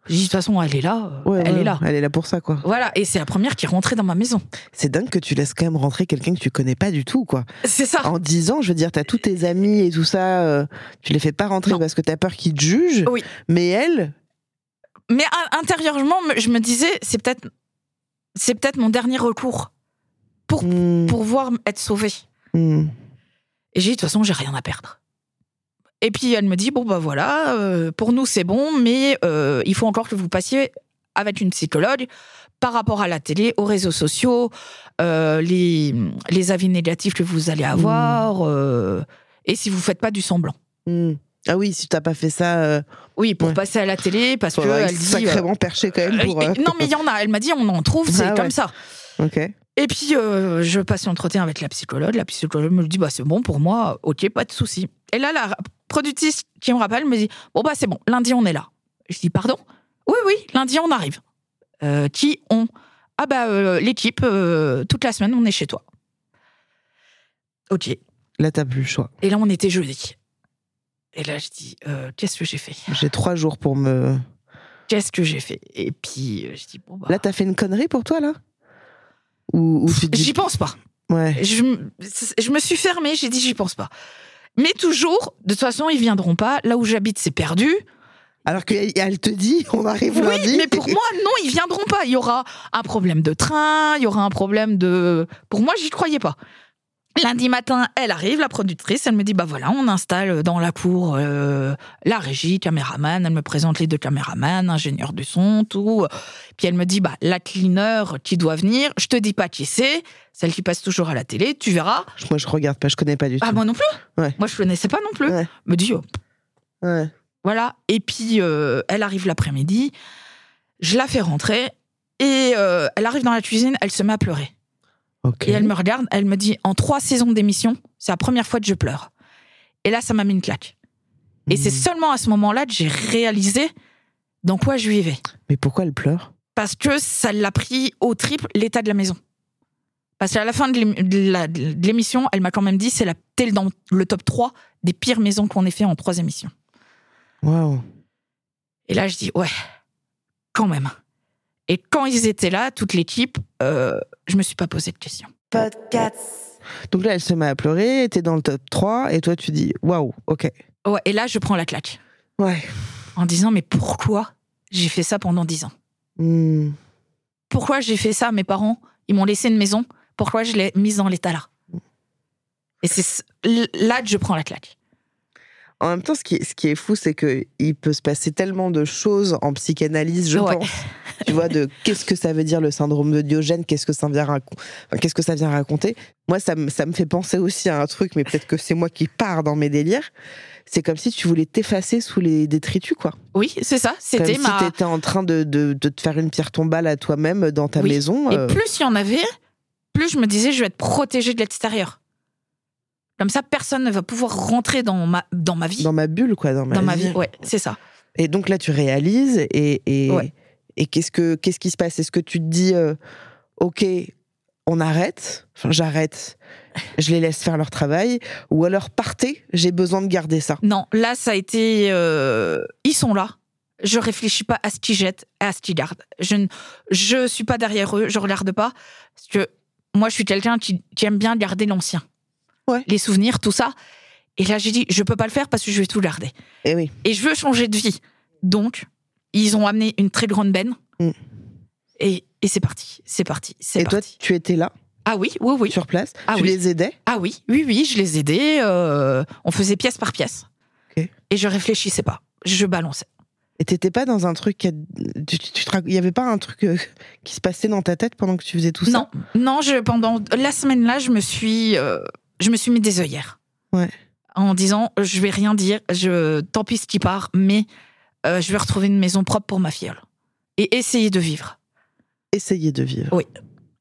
S2: J'ai dit, De toute façon, elle est là. euh, elle
S1: ouais,
S2: est là.
S1: Elle est là pour ça, quoi.
S2: Voilà, et c'est la première qui est rentrée dans ma maison.
S1: C'est dingue que tu laisses quand même rentrer quelqu'un que tu connais pas du tout, quoi.
S2: C'est ça.
S1: En 10 ans, je veux dire, t'as tous tes amis et tout ça, euh, tu les fais pas rentrer
S2: Non.
S1: parce que t'as peur qu'ils te jugent.
S2: Oui.
S1: Mais elle,
S2: Mais à- intérieurement, me- je me disais, c'est peut-être, c'est peut-être mon dernier recours
S1: hmm,
S2: pour voir m- être sauvée.
S1: hmm.
S2: Et j'ai dit, de toute façon, j'ai rien à perdre. Et puis elle me dit, bon, bah voilà, euh, pour nous c'est bon, mais euh, il faut encore que vous passiez avec une psychologue par rapport à la télé, aux réseaux sociaux, euh, les, les avis négatifs que vous allez avoir,
S1: Mm.
S2: euh, et si vous faites pas du semblant.
S1: Hmm. Ah oui, si t'as pas fait ça, euh,
S2: Oui, pour
S1: Ouais.
S2: passer à la télé, parce que
S1: faudra
S2: elle
S1: être
S2: dit... euh,
S1: sacrément perché quand même pour.
S2: euh,
S1: euh,
S2: non, mais il y en a, elle m'a dit, on en trouve, c'est
S1: Ah
S2: comme
S1: ouais.
S2: ça.
S1: Ok.
S2: Et puis, euh, je passe l'entretien avec la psychologue. La psychologue me dit, bah, c'est bon pour moi, ok, pas de souci. Et là, la productrice qui me rappelle me dit, bon, bah, c'est bon, lundi, on est là. Je dis, pardon Oui, oui, lundi, on arrive. Euh, qui on Ah, bah, euh, l'équipe, euh, toute la semaine, on est chez toi. Ok. Et
S1: Là, t'as plus le choix.
S2: là, on était jeudi. Et là, je dis, euh, qu'est-ce que j'ai fait
S1: J'ai trois jours pour me.
S2: Qu'est-ce que j'ai fait Et puis, euh, je dis, bon, bah.
S1: Là, t'as fait une connerie pour toi, là ou, ou tu te dis.
S2: J'y pense pas.
S1: Ouais.
S2: je, m- je me suis fermée, j'ai dit j'y pense pas. Mais toujours, de toute façon, ils viendront pas. Là où j'habite, c'est perdu.
S1: Alors qu'elle elle te dit, *laughs* on arrive
S2: Oui,
S1: lundi.
S2: mais pour moi, non, ils viendront pas. Il y aura un problème de train, il y aura un problème de. Pour moi, j'y croyais pas. Lundi matin, elle arrive, la productrice, elle me dit bah voilà, on installe dans la cour euh, la régie, caméraman. Elle me présente les deux caméramans, ingénieur du son, tout. Puis elle me dit bah la cleaner qui doit venir. Je te dis pas qui c'est, celle qui passe toujours à la télé. Tu verras.
S1: Moi, je regarde pas, je connais pas du tout.
S2: Ah, moi non plus
S1: Bah, Ouais.
S2: Moi, je connaissais pas non plus.
S1: Ouais.
S2: Me dit, oh,
S1: Ouais.
S2: voilà. Et puis, euh, elle arrive l'après-midi, je la fais rentrer, et euh, elle arrive dans la cuisine, elle se met à pleurer.
S1: Ok.
S2: Et elle me regarde, elle me dit, en trois saisons d'émission, c'est la première fois que je pleure. Et là, ça m'a mis une claque. Et c'est
S1: Hmm.
S2: seulement à ce moment-là que j'ai réalisé dans quoi je vivais.
S1: Mais pourquoi elle pleure
S2: Parce que ça l'a pris au triple l'état de la maison. Parce qu'à la fin de l'ém- de la- de l'émission, elle m'a quand même dit c'est la t'es dans le top 3 des pires maisons qu'on ait fait en trois émissions.
S1: Waouh.
S2: Et là, je dis ouais, quand même. Et quand ils étaient là, toute l'équipe, euh, je me suis pas posé de questions.
S1: Podcast. Donc là, elle se met à pleurer, t'es dans le top 3, et toi, tu dis waouh, ok.
S2: Ouais, et là, je prends la claque
S1: Ouais.
S2: en disant mais pourquoi j'ai fait ça pendant 10 ans
S1: Hmm.
S2: Pourquoi j'ai fait ça à Mes parents, ils m'ont laissé une maison. Pourquoi je l'ai mise dans l'état là Et c'est ce- l- là que je prends la claque.
S1: En même temps, ce qui, ce qui est fou, c'est que il peut se passer tellement de choses en psychanalyse, je
S2: Ouais.
S1: pense. Tu vois,
S2: *laughs*
S1: de qu'est-ce que ça veut dire le syndrome de Diogène, qu'est-ce que ça vient, raco- enfin, qu'est-ce que ça vient raconter. Moi, ça me, ça me fait penser aussi à un truc, mais peut-être que c'est moi qui pars dans mes délires. C'est comme si tu voulais t'effacer sous les détritus, quoi.
S2: Oui, c'est ça.
S1: Comme
S2: C'était
S1: si
S2: ma.
S1: t'étais en train de, de- de te faire une pierre tombale à toi-même dans ta
S2: Oui.
S1: maison.
S2: Et
S1: euh,
S2: plus il y en avait, plus je me disais je vais être protégée de l'extérieur. Comme ça, personne ne va pouvoir rentrer dans ma dans ma vie.
S1: Dans ma bulle, quoi. Dans ma,
S2: Dans ma
S1: vie.
S2: vie, ouais, c'est ça.
S1: Et donc là, tu réalises et, et,
S2: Ouais.
S1: et qu'est-ce, que, qu'est-ce qui se passe Est-ce que tu te dis, euh, OK, on arrête, enfin j'arrête, je les laisse faire leur travail, ou alors partez, j'ai besoin de garder ça.
S2: Non, là, ça a été. euh, ils sont là. Je réfléchis pas à ce qu'ils jettent, à ce qu'ils gardent. Je ne je suis pas derrière eux, je regarde pas. Parce que moi, je suis quelqu'un qui, qui aime bien garder l'ancien.
S1: Ouais.
S2: Les souvenirs, tout ça. Et là, j'ai dit, je peux pas le faire parce que je vais tout garder.
S1: Et Eh oui,
S2: Et je veux changer de vie. Donc, ils ont amené une très grande benne.
S1: Mm.
S2: Et, et c'est parti, c'est parti, c'est
S1: et toi,
S2: parti.
S1: tu étais là,
S2: ah oui, oui, oui.
S1: sur place,
S2: Ah
S1: tu
S2: oui.
S1: les aidais.
S2: Ah oui, oui, oui, je les aidais. euh, on faisait pièce par pièce.
S1: Ok.
S2: Et je réfléchissais pas. Je balançais.
S1: Et t'étais pas dans un truc, qui a- tu- tu- tu te rac- il y avait pas un truc euh, qui se passait dans ta tête pendant que tu faisais tout
S2: Non,
S1: ça
S2: non. Je, pendant la semaine là, je me suis, euh, je me suis mis des œillères.
S1: Ouais.
S2: En disant, je vais rien dire. Je, tant pis ce qui part, mais euh, je vais retrouver une maison propre pour ma filleule et essayer de vivre
S1: Essayez de vivre.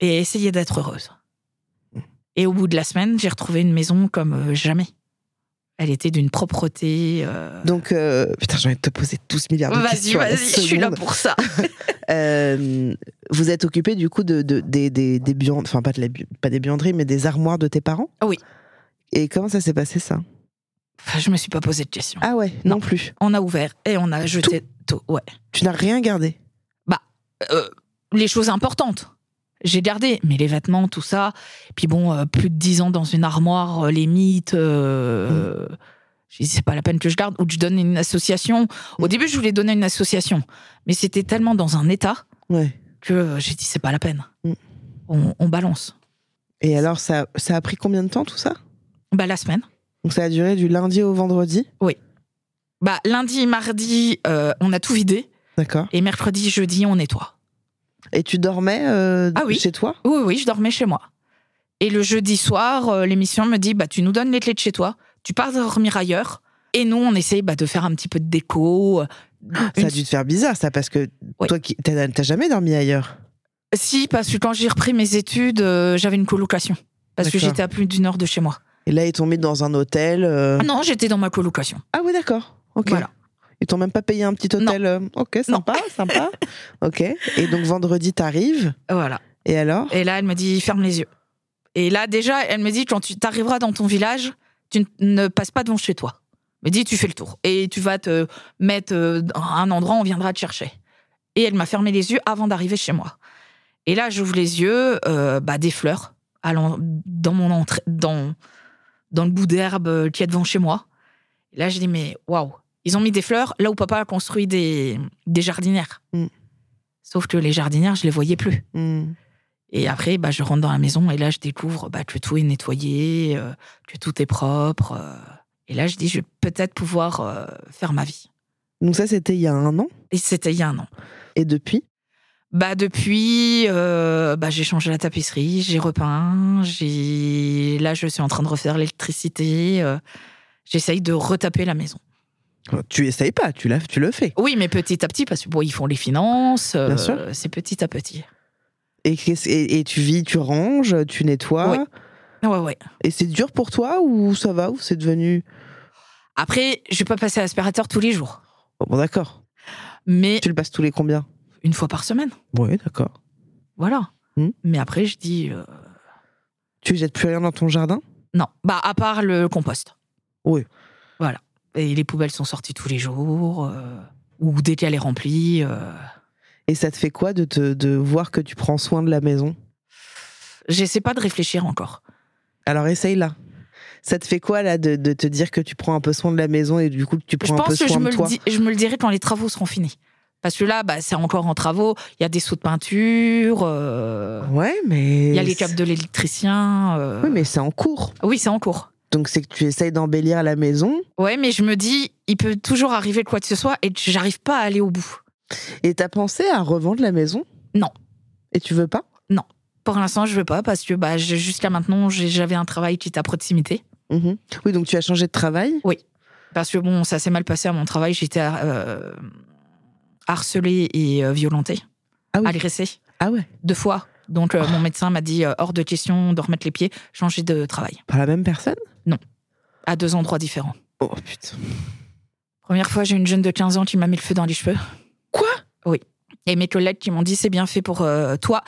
S2: et essayer d'être heureuse.
S1: Mmh.
S2: Et au bout de la semaine, j'ai retrouvé une maison comme euh, jamais. Elle était d'une propreté. euh,
S1: Donc, euh, putain, j'ai envie de te poser 12 milliards de
S2: Vas-y,
S1: questions. à la
S2: vas-y, je suis là
S1: seconde.
S2: pour ça.
S1: Euh, vous êtes occupé du coup de, de- des, des, des buanderies, enfin pas, de la bu- pas des buanderies, mais des armoires de tes parents
S2: Ah oui.
S1: Et comment ça s'est passé ça
S2: Enfin, je me suis pas posé de questions.
S1: Ah ouais, non,
S2: Non.
S1: plus.
S2: On a ouvert et on a jeté tout. ouais.
S1: Tu n'as rien gardé.
S2: Euh, les choses importantes, j'ai gardé, mais les vêtements, tout ça. Puis bon, euh, plus de 10 ans dans une armoire, euh, les mythes. euh,
S1: Mmh.
S2: Je dis, c'est pas la peine que je garde ou que je donne à une association. Au
S1: Mm.
S2: début, je voulais donner à une association, mais c'était tellement dans un état
S1: Ouais.
S2: que euh, j'ai dit, c'est pas la peine.
S1: Mm.
S2: On, on balance.
S1: Et alors ça, ça a pris combien de temps tout ça
S2: Bah, la semaine.
S1: Donc ça a duré du lundi au vendredi,
S2: Bah, lundi, mardi, euh, on a tout vidé.
S1: d'accord
S2: Et mercredi, jeudi, on nettoie.
S1: Et tu dormais euh,
S2: Ah oui.
S1: chez toi
S2: Oui, oui, je dormais chez moi. Et le jeudi soir, euh, l'émission me dit bah, tu nous donnes les clés de chez toi, tu pars dormir ailleurs. Et nous, on essaye bah, de faire un petit peu de déco. euh,
S1: Ah, Ça
S2: une-
S1: a dû te faire bizarre ça parce que
S2: Ouais.
S1: toi qui t'as t'as jamais dormi ailleurs.
S2: Si, parce que quand j'ai repris mes études, euh, j'avais une colocation. Parce que
S1: D'accord.
S2: j'étais à plus d'une heure de chez moi.
S1: Et là ils t'ont mis dans un hôtel. euh,
S2: Ah non, j'étais dans ma colocation.
S1: Ah oui d'accord. Ok.
S2: Voilà.
S1: Ils t'ont même pas payé un petit hôtel. euh, Ok sympa
S2: *laughs*
S1: sympa. Ok. Et donc vendredi t'arrives
S2: Voilà.
S1: et alors
S2: Et là, elle me dit ferme les yeux. Et là, déjà, elle me dit quand tu t'arriveras dans ton village, tu n- ne passes pas devant chez toi. Elle me dit tu fais le tour et tu vas te mettre euh, dans un endroit, on viendra te chercher. Et elle m'a fermé les yeux avant d'arriver chez moi. Et là, j'ouvre les yeux, euh, bah, des fleurs à l'en- dans mon entrée, dans, dans le bout d'herbe euh, qui est devant chez moi. Et là, je dis mais waouh, ils ont mis des fleurs là où papa a construit des, des jardinières.
S1: Mm.
S2: Sauf que les jardinières, je les voyais plus.
S1: Hmm.
S2: Et après, bah, je rentre dans la maison et là, je découvre bah, que tout est nettoyé, euh, que tout est propre. euh. et là, je dis, je vais peut-être pouvoir euh, faire ma vie.
S1: Donc ça, c'était il y a un an.
S2: Et c'était il y a un an.
S1: Et depuis,
S2: Bah, depuis, euh, bah, j'ai changé la tapisserie, j'ai repeint, j'ai... là, je suis en train de refaire l'électricité. euh, j'essaye de retaper la maison.
S1: tu essayes pas, tu, l'as- tu le fais.
S2: Oui, mais petit à petit, parce que bon, ils font les finances, euh,
S1: sûr.
S2: c'est petit à petit.
S1: Et, qu'est-ce- et, et tu vis, tu ranges, tu nettoies.
S2: Oui. Ouais, ouais.
S1: Et c'est dur pour toi ou ça va ou c'est devenu
S2: Après, je vais pas passer à l'aspirateur tous les jours,
S1: Bon, bon, d'accord.
S2: mais
S1: Tu le passes tous les combien
S2: une fois par semaine.
S1: Oui, d'accord.
S2: Voilà.
S1: Hmm.
S2: Mais après, je dis euh,
S1: Tu jettes plus rien dans ton jardin
S2: non. Bah, à part le compost.
S1: Oui.
S2: Voilà. Et les poubelles sont sorties tous les jours. euh, ou dès qu'elle est remplie. euh,
S1: Et ça te fait quoi de te de voir que tu prends soin de la maison
S2: J'essaie pas de réfléchir encore.
S1: Alors essaye là. Ça te fait quoi là de, de te dire que tu prends un peu soin de la maison et du coup que tu
S2: Je
S1: prends un peu
S2: pense que je
S1: soin
S2: me,
S1: de toi
S2: le di- je me le dirai quand les travaux seront finis. Parce que là, bah, c'est encore en travaux. Il y a des sauts de peinture, euh,
S1: Ouais, mais
S2: il y a les câbles de l'électricien. euh.
S1: Oui, mais c'est en cours.
S2: Oui, c'est en cours.
S1: Donc c'est que tu essayes d'embellir la maison
S2: Ouais, mais je me dis, il peut toujours arriver quoi que ce soit et j'arrive pas à aller au bout.
S1: et t'as pensé à revendre la maison
S2: Non.
S1: Et tu veux pas
S2: Pour l'instant, je veux pas parce que bah, j'ai- jusqu'à maintenant, j'ai- j'avais un travail qui était à proximité.
S1: Mhm. Oui, donc tu as changé de travail.
S2: Parce que bon, ça s'est mal passé à mon travail. J'étais euh, harcelée et euh, violentée,
S1: Ah oui.
S2: agressée
S1: Ah ouais,
S2: deux fois. Donc euh, mon médecin m'a dit euh, hors de question de remettre les pieds, changer de travail
S1: par la même personne
S2: à deux endroits différents.
S1: Oh putain.
S2: Première fois, j'ai une jeune de 15 ans qui m'a mis le feu dans les cheveux.
S1: Quoi
S2: Oui. Et mes collègues qui m'ont dit c'est bien fait pour euh, toi.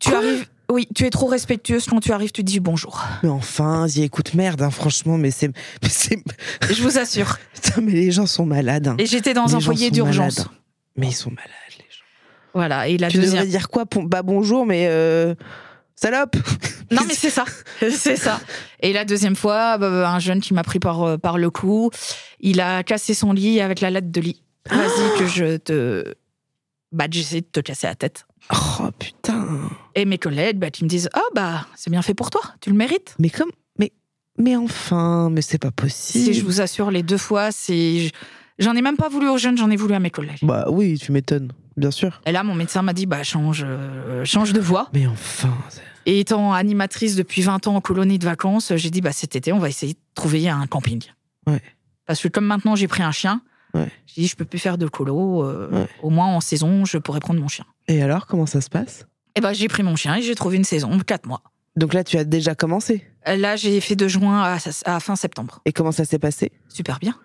S2: Tu
S1: Quoi
S2: arrives. Oui, tu es trop respectueuse. Quand tu arrives, tu dis bonjour.
S1: Mais enfin, y écoute merde, hein, franchement, mais c'est, mais c'est-
S2: Je vous assure.
S1: putain, mais les gens sont malades. hein.
S2: Et j'étais dans
S1: Les
S2: un
S1: gens
S2: foyer
S1: sont
S2: d'urgence.
S1: malades. Mais ils sont malades les gens.
S2: Voilà. Et la
S1: tu
S2: deuxième.
S1: devrais dire quoi pon- Bah bonjour, mais euh, salope.
S2: Non, mais c'est ça. C'est ça. Et la deuxième fois, bah, un jeune qui m'a pris par, euh, par le cou, il a cassé son lit avec la latte de lit. Vas-y, que je te. Bah, j'essaie de te casser la tête.
S1: *laughs* Oh putain.
S2: Et mes collègues, bah, qui me disent Ah, bah, c'est bien fait pour toi, tu le mérites.
S1: Mais comme, mais, mais enfin, mais c'est pas possible.
S2: Si je vous assure, les deux fois, c'est. je- J'en ai même pas voulu aux jeunes, j'en ai voulu à mes collègues.
S1: Bah oui, tu m'étonnes, bien sûr.
S2: Et là, mon médecin m'a dit Bah, change, euh, change de voie.
S1: Mais enfin. c'est-
S2: Et étant animatrice depuis 20 ans en colonie de vacances, j'ai dit bah cet été on va essayer de trouver un camping.
S1: Ouais.
S2: Parce que comme maintenant j'ai pris un chien,
S1: Ouais.
S2: j'ai dit je peux plus faire de colo. euh,
S1: Ouais.
S2: Au moins en saison je pourrais prendre mon chien.
S1: Et alors, comment ça se passe
S2: Et bah j'ai pris mon chien et j'ai trouvé une saison quatre mois.
S1: Donc là, tu as déjà commencé.
S2: Là j'ai fait de juin à, à fin septembre.
S1: Et comment ça s'est passé
S2: Super bien.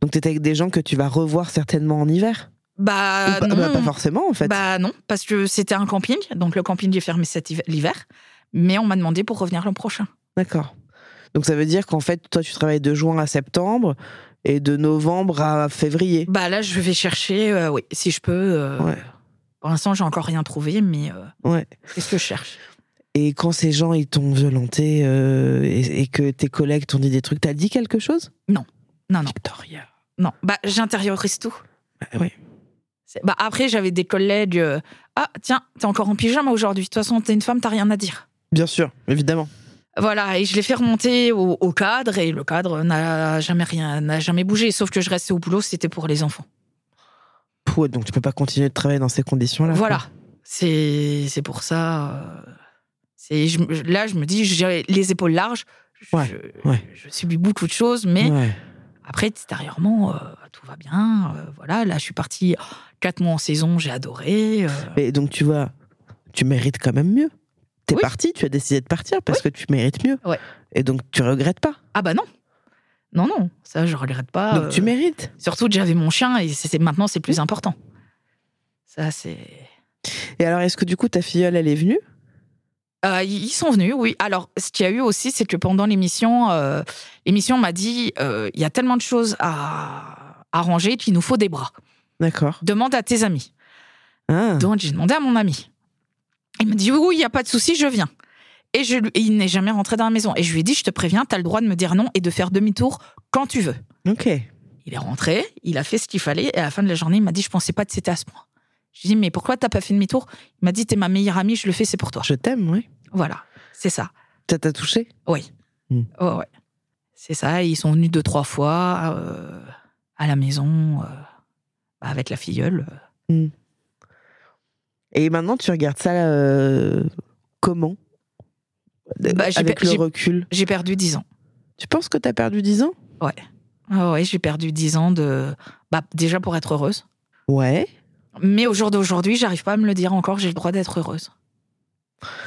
S1: Donc t'étais avec des gens que tu vas revoir certainement en hiver
S2: Bah
S1: Ou pas,
S2: non.
S1: bah, pas forcément en fait.
S2: Bah non parce que c'était un camping donc le camping est fermé cet hiver- l'hiver. Mais on m'a demandé pour revenir l'an prochain.
S1: D'accord. Donc ça veut dire qu'en fait, toi, tu travailles de juin à septembre et de novembre à février.
S2: Bah là je vais chercher euh, oui si je peux. euh,
S1: Ouais.
S2: Pour l'instant j'ai encore rien trouvé mais euh,
S1: Ouais.
S2: Qu'est-ce que je cherche
S1: Et quand ces gens ils t'ont violenté euh, et, et que tes collègues t'ont dit des trucs, t'as dit quelque chose
S2: Non, non,
S1: Victoria.
S2: non. Bah, j'intériorise tout.
S1: Bah, oui.
S2: C'est- Bah, après, j'avais des collègues. euh, ah, tiens, t'es encore en pyjama aujourd'hui. De toute façon, t'es une femme, t'as rien à dire.
S1: Bien sûr, évidemment.
S2: Voilà, et je l'ai fait remonter au, au cadre, et le cadre n'a jamais rien, n'a jamais bougé. Sauf que je restais au boulot, c'était pour les enfants.
S1: Pouh, donc tu peux pas continuer de travailler dans ces conditions-là. quoi.
S2: Voilà, c'est c'est pour ça. euh, c'est je me- là, je me dis, j'ai les épaules larges. Je,
S1: Ouais, ouais.
S2: je subis beaucoup de choses, mais
S1: Ouais.
S2: Après, extérieurement, euh, tout va bien. euh, voilà, là, je suis partie oh, quatre mois en saison, j'ai adoré. euh.
S1: Mais donc tu vois, tu mérites quand même mieux. T'es
S2: Oui.
S1: parti, tu as décidé de partir parce que tu mérites mieux.
S2: Ouais.
S1: Et donc tu regrettes pas.
S2: Ah bah non, non, non, ça, je regrette pas.
S1: donc tu Mmh.
S2: euh,
S1: mérites.
S2: Surtout que j'avais mon chien et c'est c'est- maintenant, c'est le plus important. Ça, c'est.
S1: Et alors est-ce que du coup ta filleule elle est venue
S2: Euh, ils ils sont venus, oui. Alors, ce qu'il y a eu aussi, c'est que pendant l'émission, euh, l'émission m'a dit euh, il y a tellement de choses à à ranger qu'il nous faut des bras.
S1: D'accord.
S2: Demande à tes amis.
S1: Ah.
S2: Donc j'ai demandé à mon ami. Il m'a dit oui, oui, il n'y a pas de souci, je viens. Et, je, lui- et il n'est jamais rentré dans la maison. Et je lui ai dit, je te préviens, tu as le droit de me dire non et de faire demi-tour quand tu veux.
S1: Ok.
S2: Il est rentré, il a fait ce qu'il fallait, et à la fin de la journée, il m'a dit, je pensais pas que c'était à ce point. Je lui ai dit, mais pourquoi t'as pas fait demi-tour Il m'a dit, t'es ma meilleure amie, je le fais, c'est pour toi.
S1: Je t'aime, oui.
S2: Voilà, c'est ça.
S1: Ça t'a touché
S2: Oui.
S1: Hmm.
S2: Ouais, ouais. C'est ça, ils sont venus deux, trois fois euh, à la maison, euh, bah, avec la filleule.
S1: Et maintenant tu regardes ça euh, comment
S2: Bah, j'ai
S1: Avec
S2: pas- j'ai-
S1: le recul.
S2: J'ai perdu dix ans.
S1: Tu penses que t'as perdu 10 ans
S2: Ah ouais, j'ai perdu 10 ans de. Bah, déjà pour être heureuse.
S1: Ouais.
S2: Mais au jour d'aujourd'hui, j'arrive pas à me le dire encore, j'ai le droit d'être heureuse.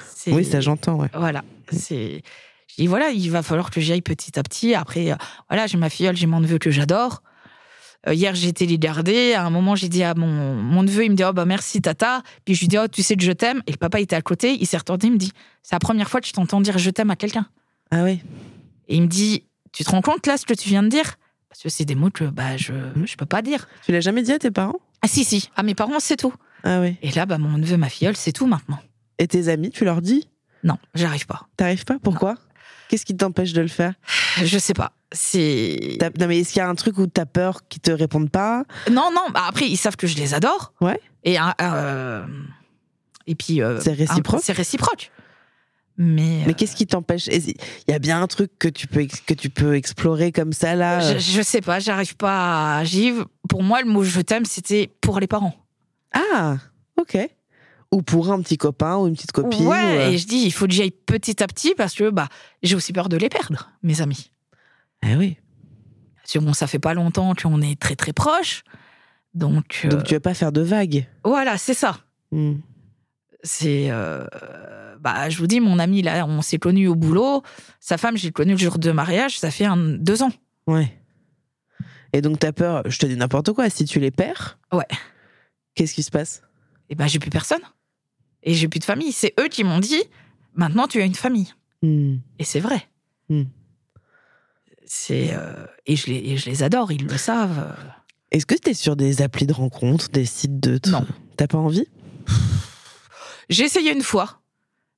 S2: C'est-
S1: Oui, ça j'entends, ouais.
S2: Voilà. C'est. Je dis, voilà, il va falloir que j'y aille petit à petit. Après, euh, voilà, j'ai ma filleule, j'ai mon neveu que j'adore. Euh, hier, j'ai été les garder. À un moment, j'ai dit à mon, mon neveu, il me dit, oh bah merci, tata. Puis je lui dis, oh, tu sais que je t'aime. Et le papa était à côté, il s'est retourné, il me dit, c'est la première fois que je t'entends dire je t'aime à quelqu'un.
S1: Ah oui.
S2: Et il me dit, tu te rends compte là ce que tu viens de dire Parce que c'est des mots que bah, je je peux pas dire.
S1: Tu l'as jamais dit à tes parents
S2: Ah si, si, à mes parents, c'est tout.
S1: Ah oui.
S2: Et là, bah, mon neveu, ma filleule, c'est tout maintenant.
S1: Et tes amis, tu leur dis
S2: Non, j'arrive pas.
S1: T'arrives pas Pourquoi Qu'est-ce qui t'empêche de le faire
S2: Je sais pas. C'est.
S1: T'as- Non, mais est-ce qu'il y a un truc où t'as peur qu'ils te répondent pas
S2: Non, non, bah après, ils savent que je les adore.
S1: Ouais.
S2: Et, un- euh, et puis. euh,
S1: C'est réciproque
S2: un- C'est réciproque. Mais.
S1: Mais qu'est-ce qui t'empêche Est-ce- Il y a bien un truc que tu peux, ex- que tu peux explorer comme ça, là
S2: euh, je, je sais pas, j'arrive pas à. j'y vais. Pour moi, le mot je t'aime, c'était pour les parents.
S1: Ah, ok. Ou pour un petit copain ou une petite copine. ou,
S2: ouais,
S1: euh,
S2: et je dis, il faut que j'y aille petit à petit parce que bah, j'ai aussi peur de les perdre, mes amis.
S1: Eh oui.
S2: Parce que bon, ça fait pas longtemps qu'on est très très proches. Donc, euh,
S1: Donc tu vas pas faire de vagues.
S2: voilà, c'est ça.
S1: Hmm.
S2: C'est. euh, bah, je vous dis, mon ami, là, on s'est connus au boulot. Sa femme, j'ai connu le jour de mariage, ça fait un, deux ans.
S1: Ouais. Et donc t'as peur, je te dis n'importe quoi, si tu les perds.
S2: Ouais.
S1: Qu'est-ce qui se passe
S2: Et ben, j'ai plus personne. Et j'ai plus de famille. C'est eux qui m'ont dit maintenant, tu as une famille.
S1: Hmm.
S2: Et c'est vrai.
S1: Mm.
S2: C'est. euh, et, je les, et je les adore, ils le savent.
S1: Est-ce que t'es sur des applis de rencontre, des sites de.
S2: Non.
S1: T'as pas envie
S2: J'ai essayé une fois,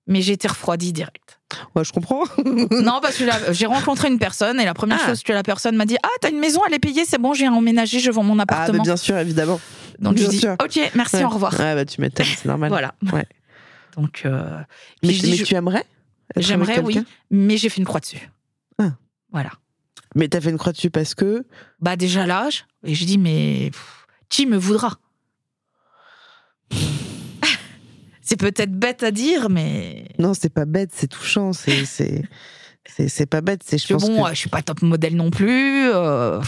S2: mais j'ai été refroidie direct.
S1: Ouais, je *laughs* comprends.
S2: *laughs* non, parce que la- j'ai rencontré une personne et la première
S1: Hmm. Ah.
S2: chose que la personne m'a dit Ah, t'as une maison, elle est payée, c'est bon, j'ai emménagé, je vends mon
S1: Ah, mais
S2: appartement.
S1: bien sûr, évidemment.
S2: Donc je
S1: bien
S2: dis
S1: sûr.
S2: Ok, merci,
S1: Ouais.
S2: au revoir.
S1: Ouais, bah tu m'étonnes, c'est normal.
S2: Voilà.
S1: Ouais.
S2: Donc, euh,
S1: Mais,
S2: puis je
S1: tu-
S2: dis,
S1: mais
S2: je-
S1: tu aimerais être avec
S2: j'aimerais, oui,
S1: quelqu'un
S2: mais j'ai fait une croix dessus.
S1: Ah.
S2: Voilà.
S1: Mais t'as fait une croix dessus parce que.
S2: Bah, déjà l'âge, et je dis, mais pff, qui me voudra *laughs* C'est peut-être bête à dire, mais.
S1: Non, c'est pas bête, c'est touchant. C'est. c'est- C'est c'est pas bête, c'est je
S2: Parce
S1: pense
S2: que bon,
S1: que-
S2: euh, je suis pas top modèle non plus. euh,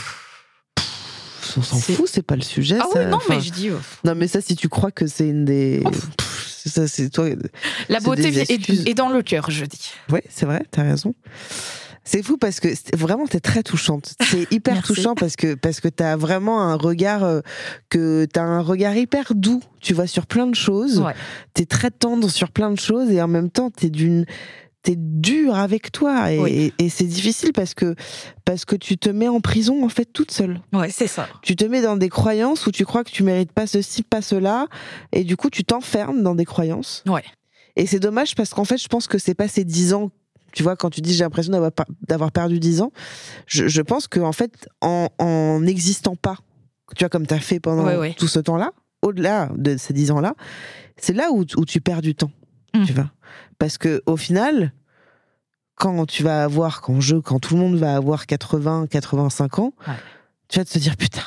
S1: on s'en
S2: c'est-
S1: fout, c'est pas le sujet.
S2: Ah
S1: ça,
S2: oui, non,
S1: enfin,
S2: mais je Oh, dis. euh,
S1: Non, mais ça, si tu crois que c'est une des.
S2: Ouf.
S1: Pff, ça, c'est toi.
S2: la
S1: c'est
S2: beauté
S1: des
S2: est,
S1: excuses.
S2: est dans le cœur, je dis.
S1: Ouais, c'est vrai, t'as raison. C'est fou parce que c'est- vraiment, t'es très touchante.
S2: *laughs*
S1: C'est hyper
S2: Merci.
S1: touchant parce que, parce que t'as vraiment un regard, euh, que t'as un regard hyper doux, tu vois, sur plein de choses.
S2: Ouais.
S1: T'es très tendre sur plein de choses et en même temps, t'es d'une. T'es dur avec toi et,
S2: Oui.
S1: et- et c'est difficile parce que parce que tu te mets en prison en fait toute seule.
S2: Ouais, c'est ça.
S1: Tu te mets dans des croyances où tu crois que tu mérites pas ceci, pas cela, et du coup tu t'enfermes dans des croyances.
S2: Ouais.
S1: Et c'est dommage parce qu'en fait je pense que c'est pas ces 10 ans, tu vois, quand tu dis j'ai l'impression d'avoir par- d'avoir perdu 10 ans, je, je pense que en fait en en n'existant pas, tu vois, comme t'as fait pendant
S2: Ouais, ouais.
S1: tout ce temps-là, au-delà de ces 10 ans-là, c'est là où, où tu perds du temps,
S2: Mm.
S1: tu vois. Parce que au final, quand tu vas avoir, quand je, quand tout le monde va avoir 80, 85 ans,
S2: Ouais.
S1: tu vas te dire putain,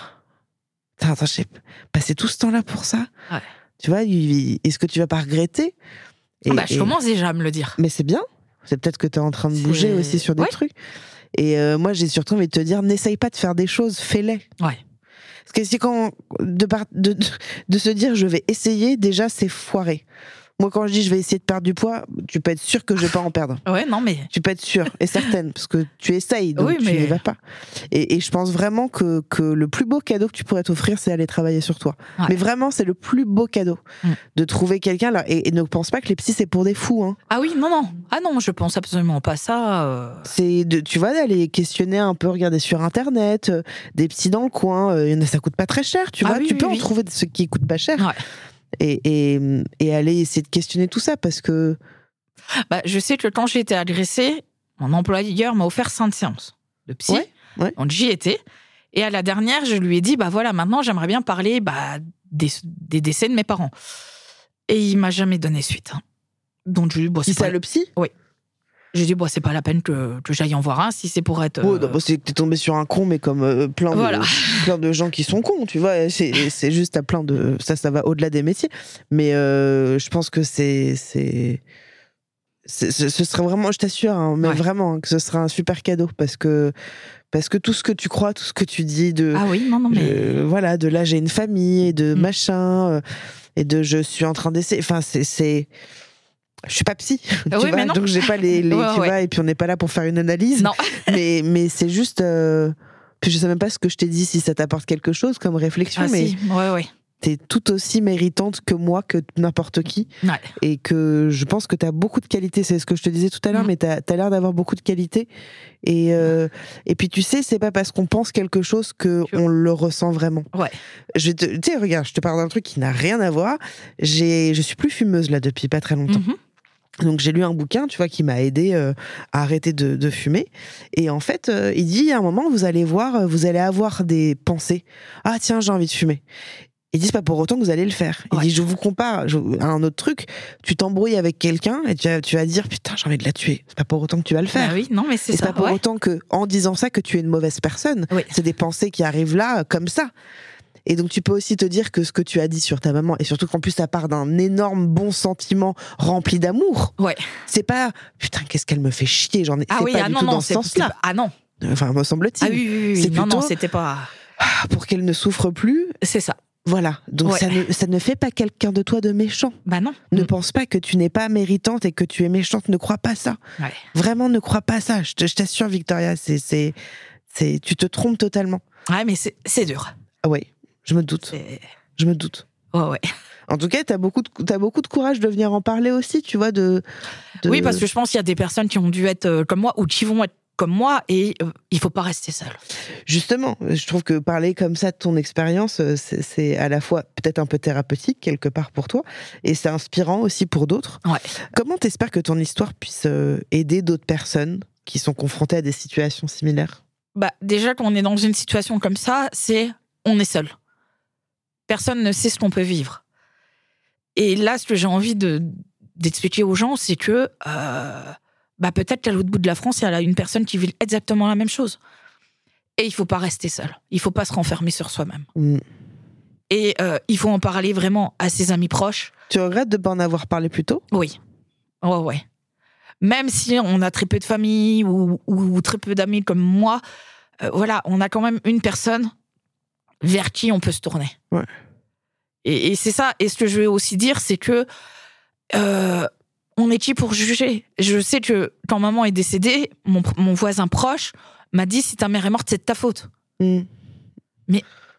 S1: putain, attends, j'ai passé tout ce temps-là pour ça.
S2: Ouais.
S1: Tu vois, il- est-ce que tu vas pas regretter Et-
S2: bah, je
S1: et-
S2: commence déjà à me le dire.
S1: Mais c'est bien. C'est peut-être que tu es en train de bouger
S2: C'est-
S1: aussi sur des
S2: Ouais.
S1: trucs. Et euh, moi, j'ai surtout envie de te dire, n'essaye pas de faire des choses, fais-les.
S2: Ouais.
S1: Parce que c'est quand de, par- de, de- de se dire je vais essayer, déjà c'est foiré. Moi, quand je dis je vais essayer de perdre du poids, tu peux être sûr que je vais pas en perdre.
S2: Ouais, non, mais.
S1: Tu peux être sûr et certaine, parce que tu essayes, donc
S2: Oui,
S1: tu
S2: mais-
S1: n'y vas pas. Et, et je pense vraiment que, que le plus beau cadeau que tu pourrais t'offrir, c'est aller travailler sur toi.
S2: Ouais.
S1: Mais vraiment, c'est le plus beau cadeau
S2: Mm.
S1: de trouver quelqu'un. là. Et, et ne pense pas que les psys, c'est pour des fous. Hein.
S2: Ah oui, non, non. Ah non, je pense absolument pas ça. euh.
S1: C'est de, tu vois, d'aller questionner un peu, regarder sur internet, euh, des psys dans le coin, euh, il y en a, ça coûte pas très cher, tu
S2: Ah
S1: vois.
S2: oui,
S1: tu
S2: oui,
S1: peux en
S2: oui.
S1: trouver de ceux qui coûtent pas cher.
S2: Ouais.
S1: Et, et, et aller essayer de questionner tout ça parce que.
S2: Bah, je sais que quand j'ai été agressée, mon employeur m'a offert cinq séances de psy.
S1: Ouais, ouais.
S2: Donc j'y étais. Et à la dernière, je lui ai dit bah voilà, maintenant j'aimerais bien parler bah, des, des décès de mes parents. Et il m'a jamais donné suite. hein. Donc je lui ai dit, Bon,
S1: Si
S2: c'est
S1: ça
S2: pas,
S1: le psy
S2: j'ai dit bon, c'est pas la peine que, que j'aille en voir un si c'est pour être.
S1: Ouais,
S2: euh,
S1: non, bah, c'est que t'es tombé sur un con, mais comme euh, plein, de,
S2: Voilà.
S1: *laughs* plein de gens qui sont cons, tu vois. C'est c'est juste à plein de. Ça, ça va au-delà des métiers. Mais euh, je pense que c'est. c'est- c'est- Ce ce serait vraiment, je t'assure, hein, mais
S2: Ouais.
S1: vraiment, hein, que ce serait un super cadeau parce que, parce que tout ce que tu crois, tout ce que tu dis de.
S2: Ah oui, non, non, mais.
S1: euh, voilà, de là j'ai une famille et de
S2: Mm.
S1: machin euh, et de je suis en train d'essayer. Enfin, c'est- c'est. Je suis pas psy, *laughs* tu
S2: oui,
S1: vois,
S2: mais non.
S1: donc j'ai pas
S2: *laughs*
S1: les, les-
S2: Ouais,
S1: tu
S2: ouais.
S1: vois, et puis on n'est pas là pour faire une analyse
S2: Non,
S1: *laughs* mais mais c'est juste euh, puis je sais même pas ce que je t'ai dit si ça t'apporte quelque chose comme réflexion
S2: ah,
S1: mais
S2: si, ouais, ouais.
S1: t'es tout aussi méritante que moi que n'importe qui
S2: Ouais.
S1: et que je pense que t'as beaucoup de qualités c'est ce que je te disais tout à l'heure
S2: Mm.
S1: mais t'as as, l'air d'avoir beaucoup de qualités et euh, et puis tu sais c'est pas parce qu'on pense quelque chose que
S2: Je-
S1: on le ressent vraiment
S2: Ouais.
S1: je te tu sais regarde je te parle d'un truc qui n'a rien à voir j'ai je suis plus fumeuse là depuis pas très longtemps
S2: Mhm.
S1: Donc j'ai lu un bouquin, tu vois, qui m'a aidé euh, à arrêter de, de fumer. Et en fait, euh, il dit à un moment, vous allez voir, euh, vous allez avoir des pensées. Ah tiens, j'ai envie de fumer. Ils disent pas pour autant que vous allez le faire. Il
S3: Ouais.
S1: dit, je vous compare je- à un autre truc. Tu t'embrouilles avec quelqu'un et tu vas, tu vas dire, putain, j'ai envie de la tuer. C'est pas pour autant que tu vas le faire.
S2: Bah oui, non, mais c'est
S1: Et c'est
S2: ça.
S1: pas pour
S2: ouais.
S1: autant que, en disant ça, que tu es une mauvaise personne.
S2: Oui.
S1: C'est des pensées qui arrivent là, euh, comme ça. Et donc, tu peux aussi te dire que ce que tu as dit sur ta maman, et surtout qu'en plus, ça part d'un énorme bon sentiment rempli d'amour.
S2: Ouais.
S1: C'est pas, putain, qu'est-ce qu'elle me fait chier, j'en ai.
S2: Ah
S1: c'est
S2: oui,
S1: pas
S2: ah
S1: du
S2: non,
S1: tout
S2: non,
S1: dans ce
S2: c'est
S1: sens-là.
S2: Ah non.
S1: Enfin, me semble-t-il.
S2: Ah oui, oui, oui,
S1: C'est
S2: non, non,
S1: plutôt-
S2: c'était pas.
S1: Ah, Pour qu'elle ne souffre plus.
S2: C'est ça.
S1: Voilà. Donc,
S2: Ouais.
S1: ça, ne, ça ne fait pas quelqu'un de toi de méchant.
S2: Bah non.
S1: Ne pense pas que tu n'es pas méritante et que tu es méchante. Ne crois pas ça.
S2: Ouais.
S1: Vraiment, ne crois pas ça. Je te- je t'assure, Victoria, c'est, c'est, c'est, tu te trompes totalement.
S2: Ouais, mais c'est c'est dur.
S1: Ah ouais, je me doute.
S2: C'est-
S1: Je me doute.
S2: Ouais, ouais.
S1: En tout cas, t'as beaucoup, de, t'as beaucoup de courage de venir en parler aussi, tu vois, de. de-
S2: Oui, parce que je pense qu'il y a des personnes qui ont dû être euh, comme moi ou qui vont être comme moi et euh, il faut pas rester seul.
S1: justement, je trouve que parler comme ça de ton expérience, euh, c'est, c'est à la fois peut-être un peu thérapeutique quelque part pour toi, et c'est inspirant aussi pour d'autres.
S2: Ouais.
S1: Comment t'espères que ton histoire puisse euh, aider d'autres personnes qui sont confrontées à des situations similaires
S2: Bah, déjà, quand on est dans une situation comme ça, c'est on est seul. Personne ne sait ce qu'on peut vivre. Et là, ce que j'ai envie de- d'expliquer aux gens, c'est que euh, bah, peut-être qu'à l'autre bout de la France, il y a là une personne qui vit exactement la même chose. Et il faut pas rester seul. Il faut pas se renfermer sur soi-même.
S1: Hmm.
S2: Et euh, il faut en parler vraiment à ses amis proches.
S1: Tu regrettes de ne pas en avoir parlé plus tôt
S2: Oui. Ouais, ouais. Même si on a très peu de famille ou, ou très peu d'amis comme moi, euh, voilà, on a quand même une personne vers qui on peut se tourner.
S1: Ouais.
S2: Et, et c'est ça. Et ce que je veux aussi dire, c'est que euh, on est qui pour juger Je sais que quand maman est décédée, mon, pr- mon voisin proche m'a dit si ta mère est morte, c'est de ta faute.
S1: Hmm.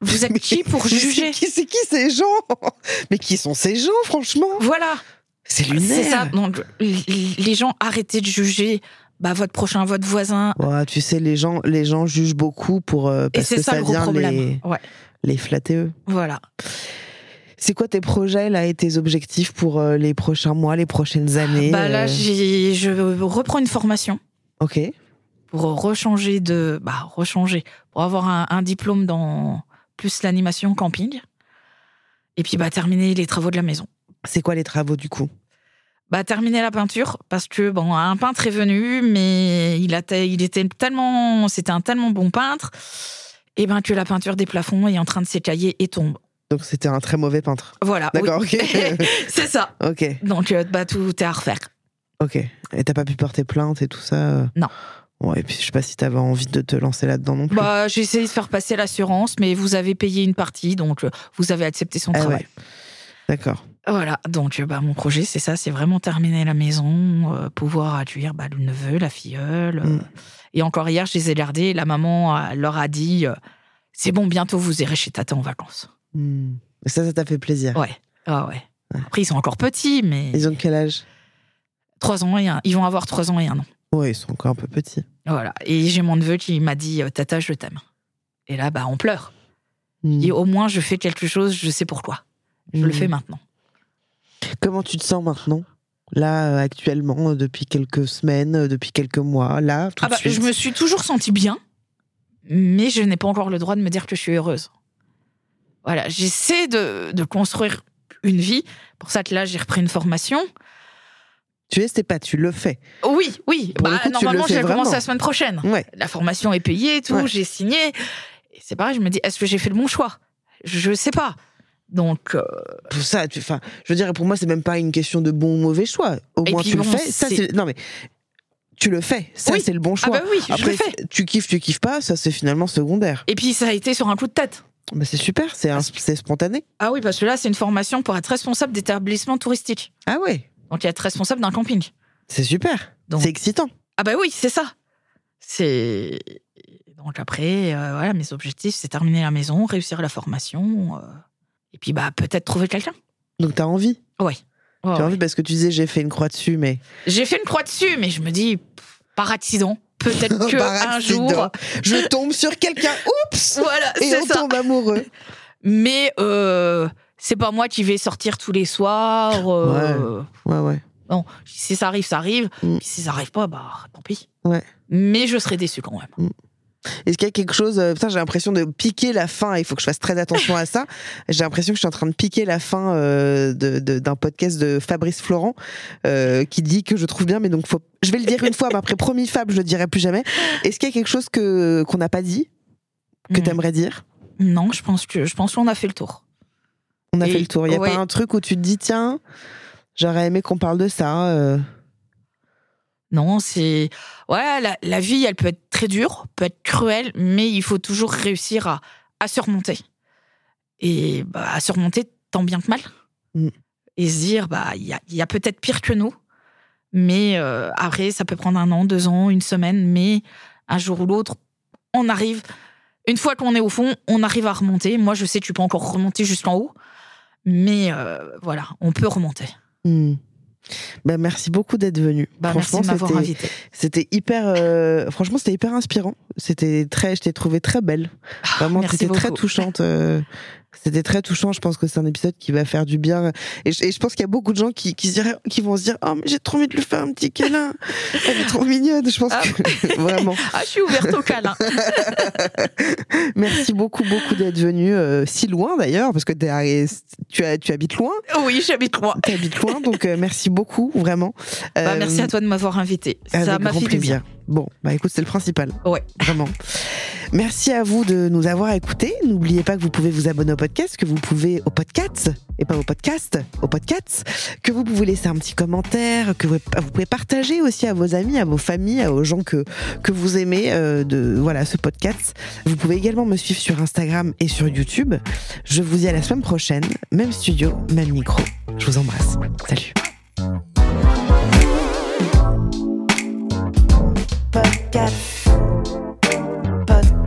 S2: Vous êtes qui
S1: *laughs*
S2: pour
S1: Mais
S2: juger
S1: c'est qui, c'est qui ces gens *laughs* Mais qui sont ces gens, franchement
S2: Voilà.
S1: C'est
S2: C'est
S1: lunaire.
S2: ça. Donc, l- l- les gens, arrêtez de juger bah, votre prochain, votre voisin.
S1: Ouais, tu sais, les gens, les gens jugent beaucoup pour euh,
S2: Et
S1: parce
S2: c'est
S1: que
S2: ça,
S1: ça,
S2: le gros
S1: vient
S2: problème.
S1: les,
S2: Ouais,
S1: les flatter eux.
S2: voilà.
S1: C'est quoi tes projets là et tes objectifs pour euh, les prochains mois, les prochaines années
S2: bah,
S1: euh,
S2: là, j'ai- je reprends une formation
S1: Ok.
S2: pour rechanger de. Bah, rechanger. Pour avoir un, un diplôme dans plus l'animation camping. Et puis, bah, terminer les travaux de la maison.
S1: C'est quoi les travaux du coup
S2: Bah, terminer la peinture, parce que, bon, un peintre est venu, mais il, a te- il était tellement. C'était un tellement bon peintre. Et ben que la peinture des plafonds est en train de s'écailler et tombe.
S1: Donc c'était un très mauvais peintre.
S2: Voilà. oui. *laughs*
S1: D'accord, ok. *laughs*
S2: C'est ça.
S1: ok,
S2: Donc, euh, bah, tout est à refaire.
S1: ok. Et t'as pas pu porter plainte et tout ça euh
S2: Non.
S1: Ouais, et puis je sais pas si t'avais envie de te lancer là-dedans non plus.
S2: Bah, j'ai essayé de faire passer l'assurance, mais vous avez payé une partie, donc euh, vous avez accepté son
S1: Ah
S2: travail.
S1: ouais. D'accord.
S2: Voilà, donc euh, bah, mon projet, c'est ça, c'est vraiment terminer la maison, euh, pouvoir accueillir bah, le neveu, la filleule. euh.
S1: Mm.
S2: Et encore hier, je les ai gardés, la maman euh, leur a dit, euh, c'est bon, bientôt vous irez chez Tata en vacances.
S1: Hmm. Et Ça, ça t'a fait plaisir.
S2: Ouais, ah ouais.
S1: Ouais.
S2: Après, ils sont encore petits, mais
S1: Ils ont quel âge
S2: trois ans et un- ils vont avoir trois ans et un an.
S1: Ouais, ils sont encore un peu petits.
S2: Voilà, et j'ai mon neveu qui m'a dit, euh, Tata, je t'aime. Et là, bah, on pleure.
S1: Hmm.
S2: Et au moins, je fais quelque chose, je sais pourquoi. Je le
S1: Hmm.
S2: fais maintenant.
S1: Comment tu te sens maintenant Là, euh, actuellement, euh, depuis quelques semaines, euh, depuis quelques mois, là, tout
S2: Ah bah,
S1: de suite.
S2: je me suis toujours sentie bien, mais je n'ai pas encore le droit de me dire que je suis heureuse. Voilà, j'essaie de, de construire une vie. Pour ça que là, j'ai repris une formation.
S1: Tu es, c'est pas, tu le fais.
S2: Oui, oui.
S1: Pour le
S2: Bah,
S1: coup, tu
S2: normalement,
S1: le fais
S2: je vais commencer
S1: vraiment.
S2: la semaine prochaine.
S1: Ouais.
S2: La formation est payée et tout,
S1: Ouais.
S2: j'ai signé. Et c'est pareil, je me dis, est-ce que j'ai fait le bon choix Je sais pas. Donc, euh,
S1: Pour ça, tu, enfin, je veux dire, pour moi, c'est même pas une question de bon ou mauvais choix. Au
S2: Et
S1: moins,
S2: puis
S1: tu le
S2: bon,
S1: fais. Ça,
S2: c'est-
S1: c'est- non mais tu le fais. Ça,
S2: Oui.
S1: c'est le bon
S2: ah
S1: choix.
S2: bah oui, je
S1: Après,
S2: le fais.
S1: tu kiffes, tu kiffes pas, ça c'est finalement secondaire.
S2: Et puis, ça a été sur un coup de tête.
S1: Bah, c'est super, c'est un- c'est spontané.
S2: Ah oui, parce que là, c'est une formation pour être responsable d'établissement touristique.
S1: Ah ouais,
S2: Donc, être responsable d'un camping.
S1: c'est super.
S2: Donc-
S1: C'est excitant.
S2: Ah bah oui, c'est ça. C'est donc après, euh, voilà, mes objectifs, c'est terminer la maison, réussir la formation, euh, et puis bah peut-être trouver quelqu'un.
S1: Donc t'as envie.
S2: Ouais. Ah Ouais,
S1: T'as
S2: ouais.
S1: envie parce que tu disais j'ai fait une croix dessus,
S2: *laughs*
S1: mais
S2: J'ai fait une croix dessus, mais je me dis pff, par accident, peut-être
S1: *laughs*
S2: que
S1: Par
S2: un jour,
S1: accident. je tombe sur quelqu'un. Oups.
S2: voilà,
S1: Et
S2: c'est
S1: on
S2: ça.
S1: tombe amoureux.
S2: Mais euh, c'est pas moi qui vais sortir tous les soirs. euh,
S1: Ouais. Ouais ouais.
S2: Bon, si ça arrive, ça arrive.
S1: Mm.
S2: Puis si ça arrive pas, bah tant pis.
S1: Ouais.
S2: Mais je serais déçue quand même.
S1: Est-ce qu'il y a quelque chose euh, Putain, j'ai l'impression de piquer la fin. Il faut que je fasse très attention à ça. J'ai l'impression que je suis en train de piquer la fin euh, de- de- d'un podcast de Fabrice Florent euh, qui dit que je trouve bien, mais donc faut. Je vais le dire une fois, mais après promis Fab, je le dirai plus jamais. Est-ce qu'il y a quelque chose que qu'on n'a pas dit que
S2: Mm.
S1: t'aimerais dire
S2: Non, je pense que je pense qu'on a fait le tour.
S1: On a
S2: Et-
S1: fait le tour. Il y a
S2: ouais.
S1: pas un truc où tu te dis tiens, j'aurais aimé qu'on parle de ça. euh.
S2: Non, c'est ouais, la, la vie, elle peut être très dure, peut être cruelle, mais il faut toujours réussir à, à surmonter. Et bah, à surmonter tant bien que mal.
S1: Mm.
S2: Et se dire bah il y a, il y a peut-être pire que nous, mais euh, après ça peut prendre un an, deux ans, une semaine, mais un jour ou l'autre, on arrive. Une fois qu'on est au fond, on arrive à remonter. Moi, je sais que tu peux encore remonter jusqu'en haut, mais euh, voilà, on peut remonter.
S1: Mm. Ben, merci beaucoup d'être venu.
S2: Bah, merci de m'avoir
S1: c'était-
S2: invité.
S1: C'était hyper, euh, franchement, c'était hyper inspirant. C'était très, je t'ai trouvée très belle. Vraiment,
S2: Ah, Merci
S1: c'était très
S2: beaucoup.
S1: touchante. euh, c'était très touchant. Je pense que c'est un épisode qui va faire du bien. Et je, et je pense qu'il y a beaucoup de gens qui, qui, se diraient- qui vont se dire, oh, mais j'ai trop envie de lui faire un petit
S2: *laughs*
S1: câlin. Elle est trop mignonne. Je pense
S2: Ah.
S1: que *laughs* vraiment.
S2: Ah, je suis ouverte au câlin.
S1: Merci beaucoup, beaucoup d'être venu euh, si loin d'ailleurs, parce que t'es arri- tu, as- tu habites loin.
S2: Oui, j'habite moi.
S1: Tu habites loin, donc euh, merci beaucoup, vraiment.
S2: Bah,
S1: Euh,
S2: merci à toi de m'avoir invité. Ça
S1: Ah, Avec
S2: m'a
S1: grand
S2: fait du bien.
S1: plaisir. Bon, bah écoute, c'est le principal.
S2: Ouais.
S1: Vraiment. Merci à vous de nous avoir écoutés. N'oubliez pas que vous pouvez vous abonner au podcast, que vous pouvez au podcast, et pas au podcast, au podcast, que vous pouvez laisser un petit commentaire, que vous, vous pouvez partager aussi à vos amis, à vos familles, à- aux gens que, que vous aimez euh, de voilà ce podcast. Vous pouvez également me suivre sur Instagram et sur YouTube. Je vous dis à la semaine prochaine, même studio, même micro. Je vous embrasse. Salut. Podcast.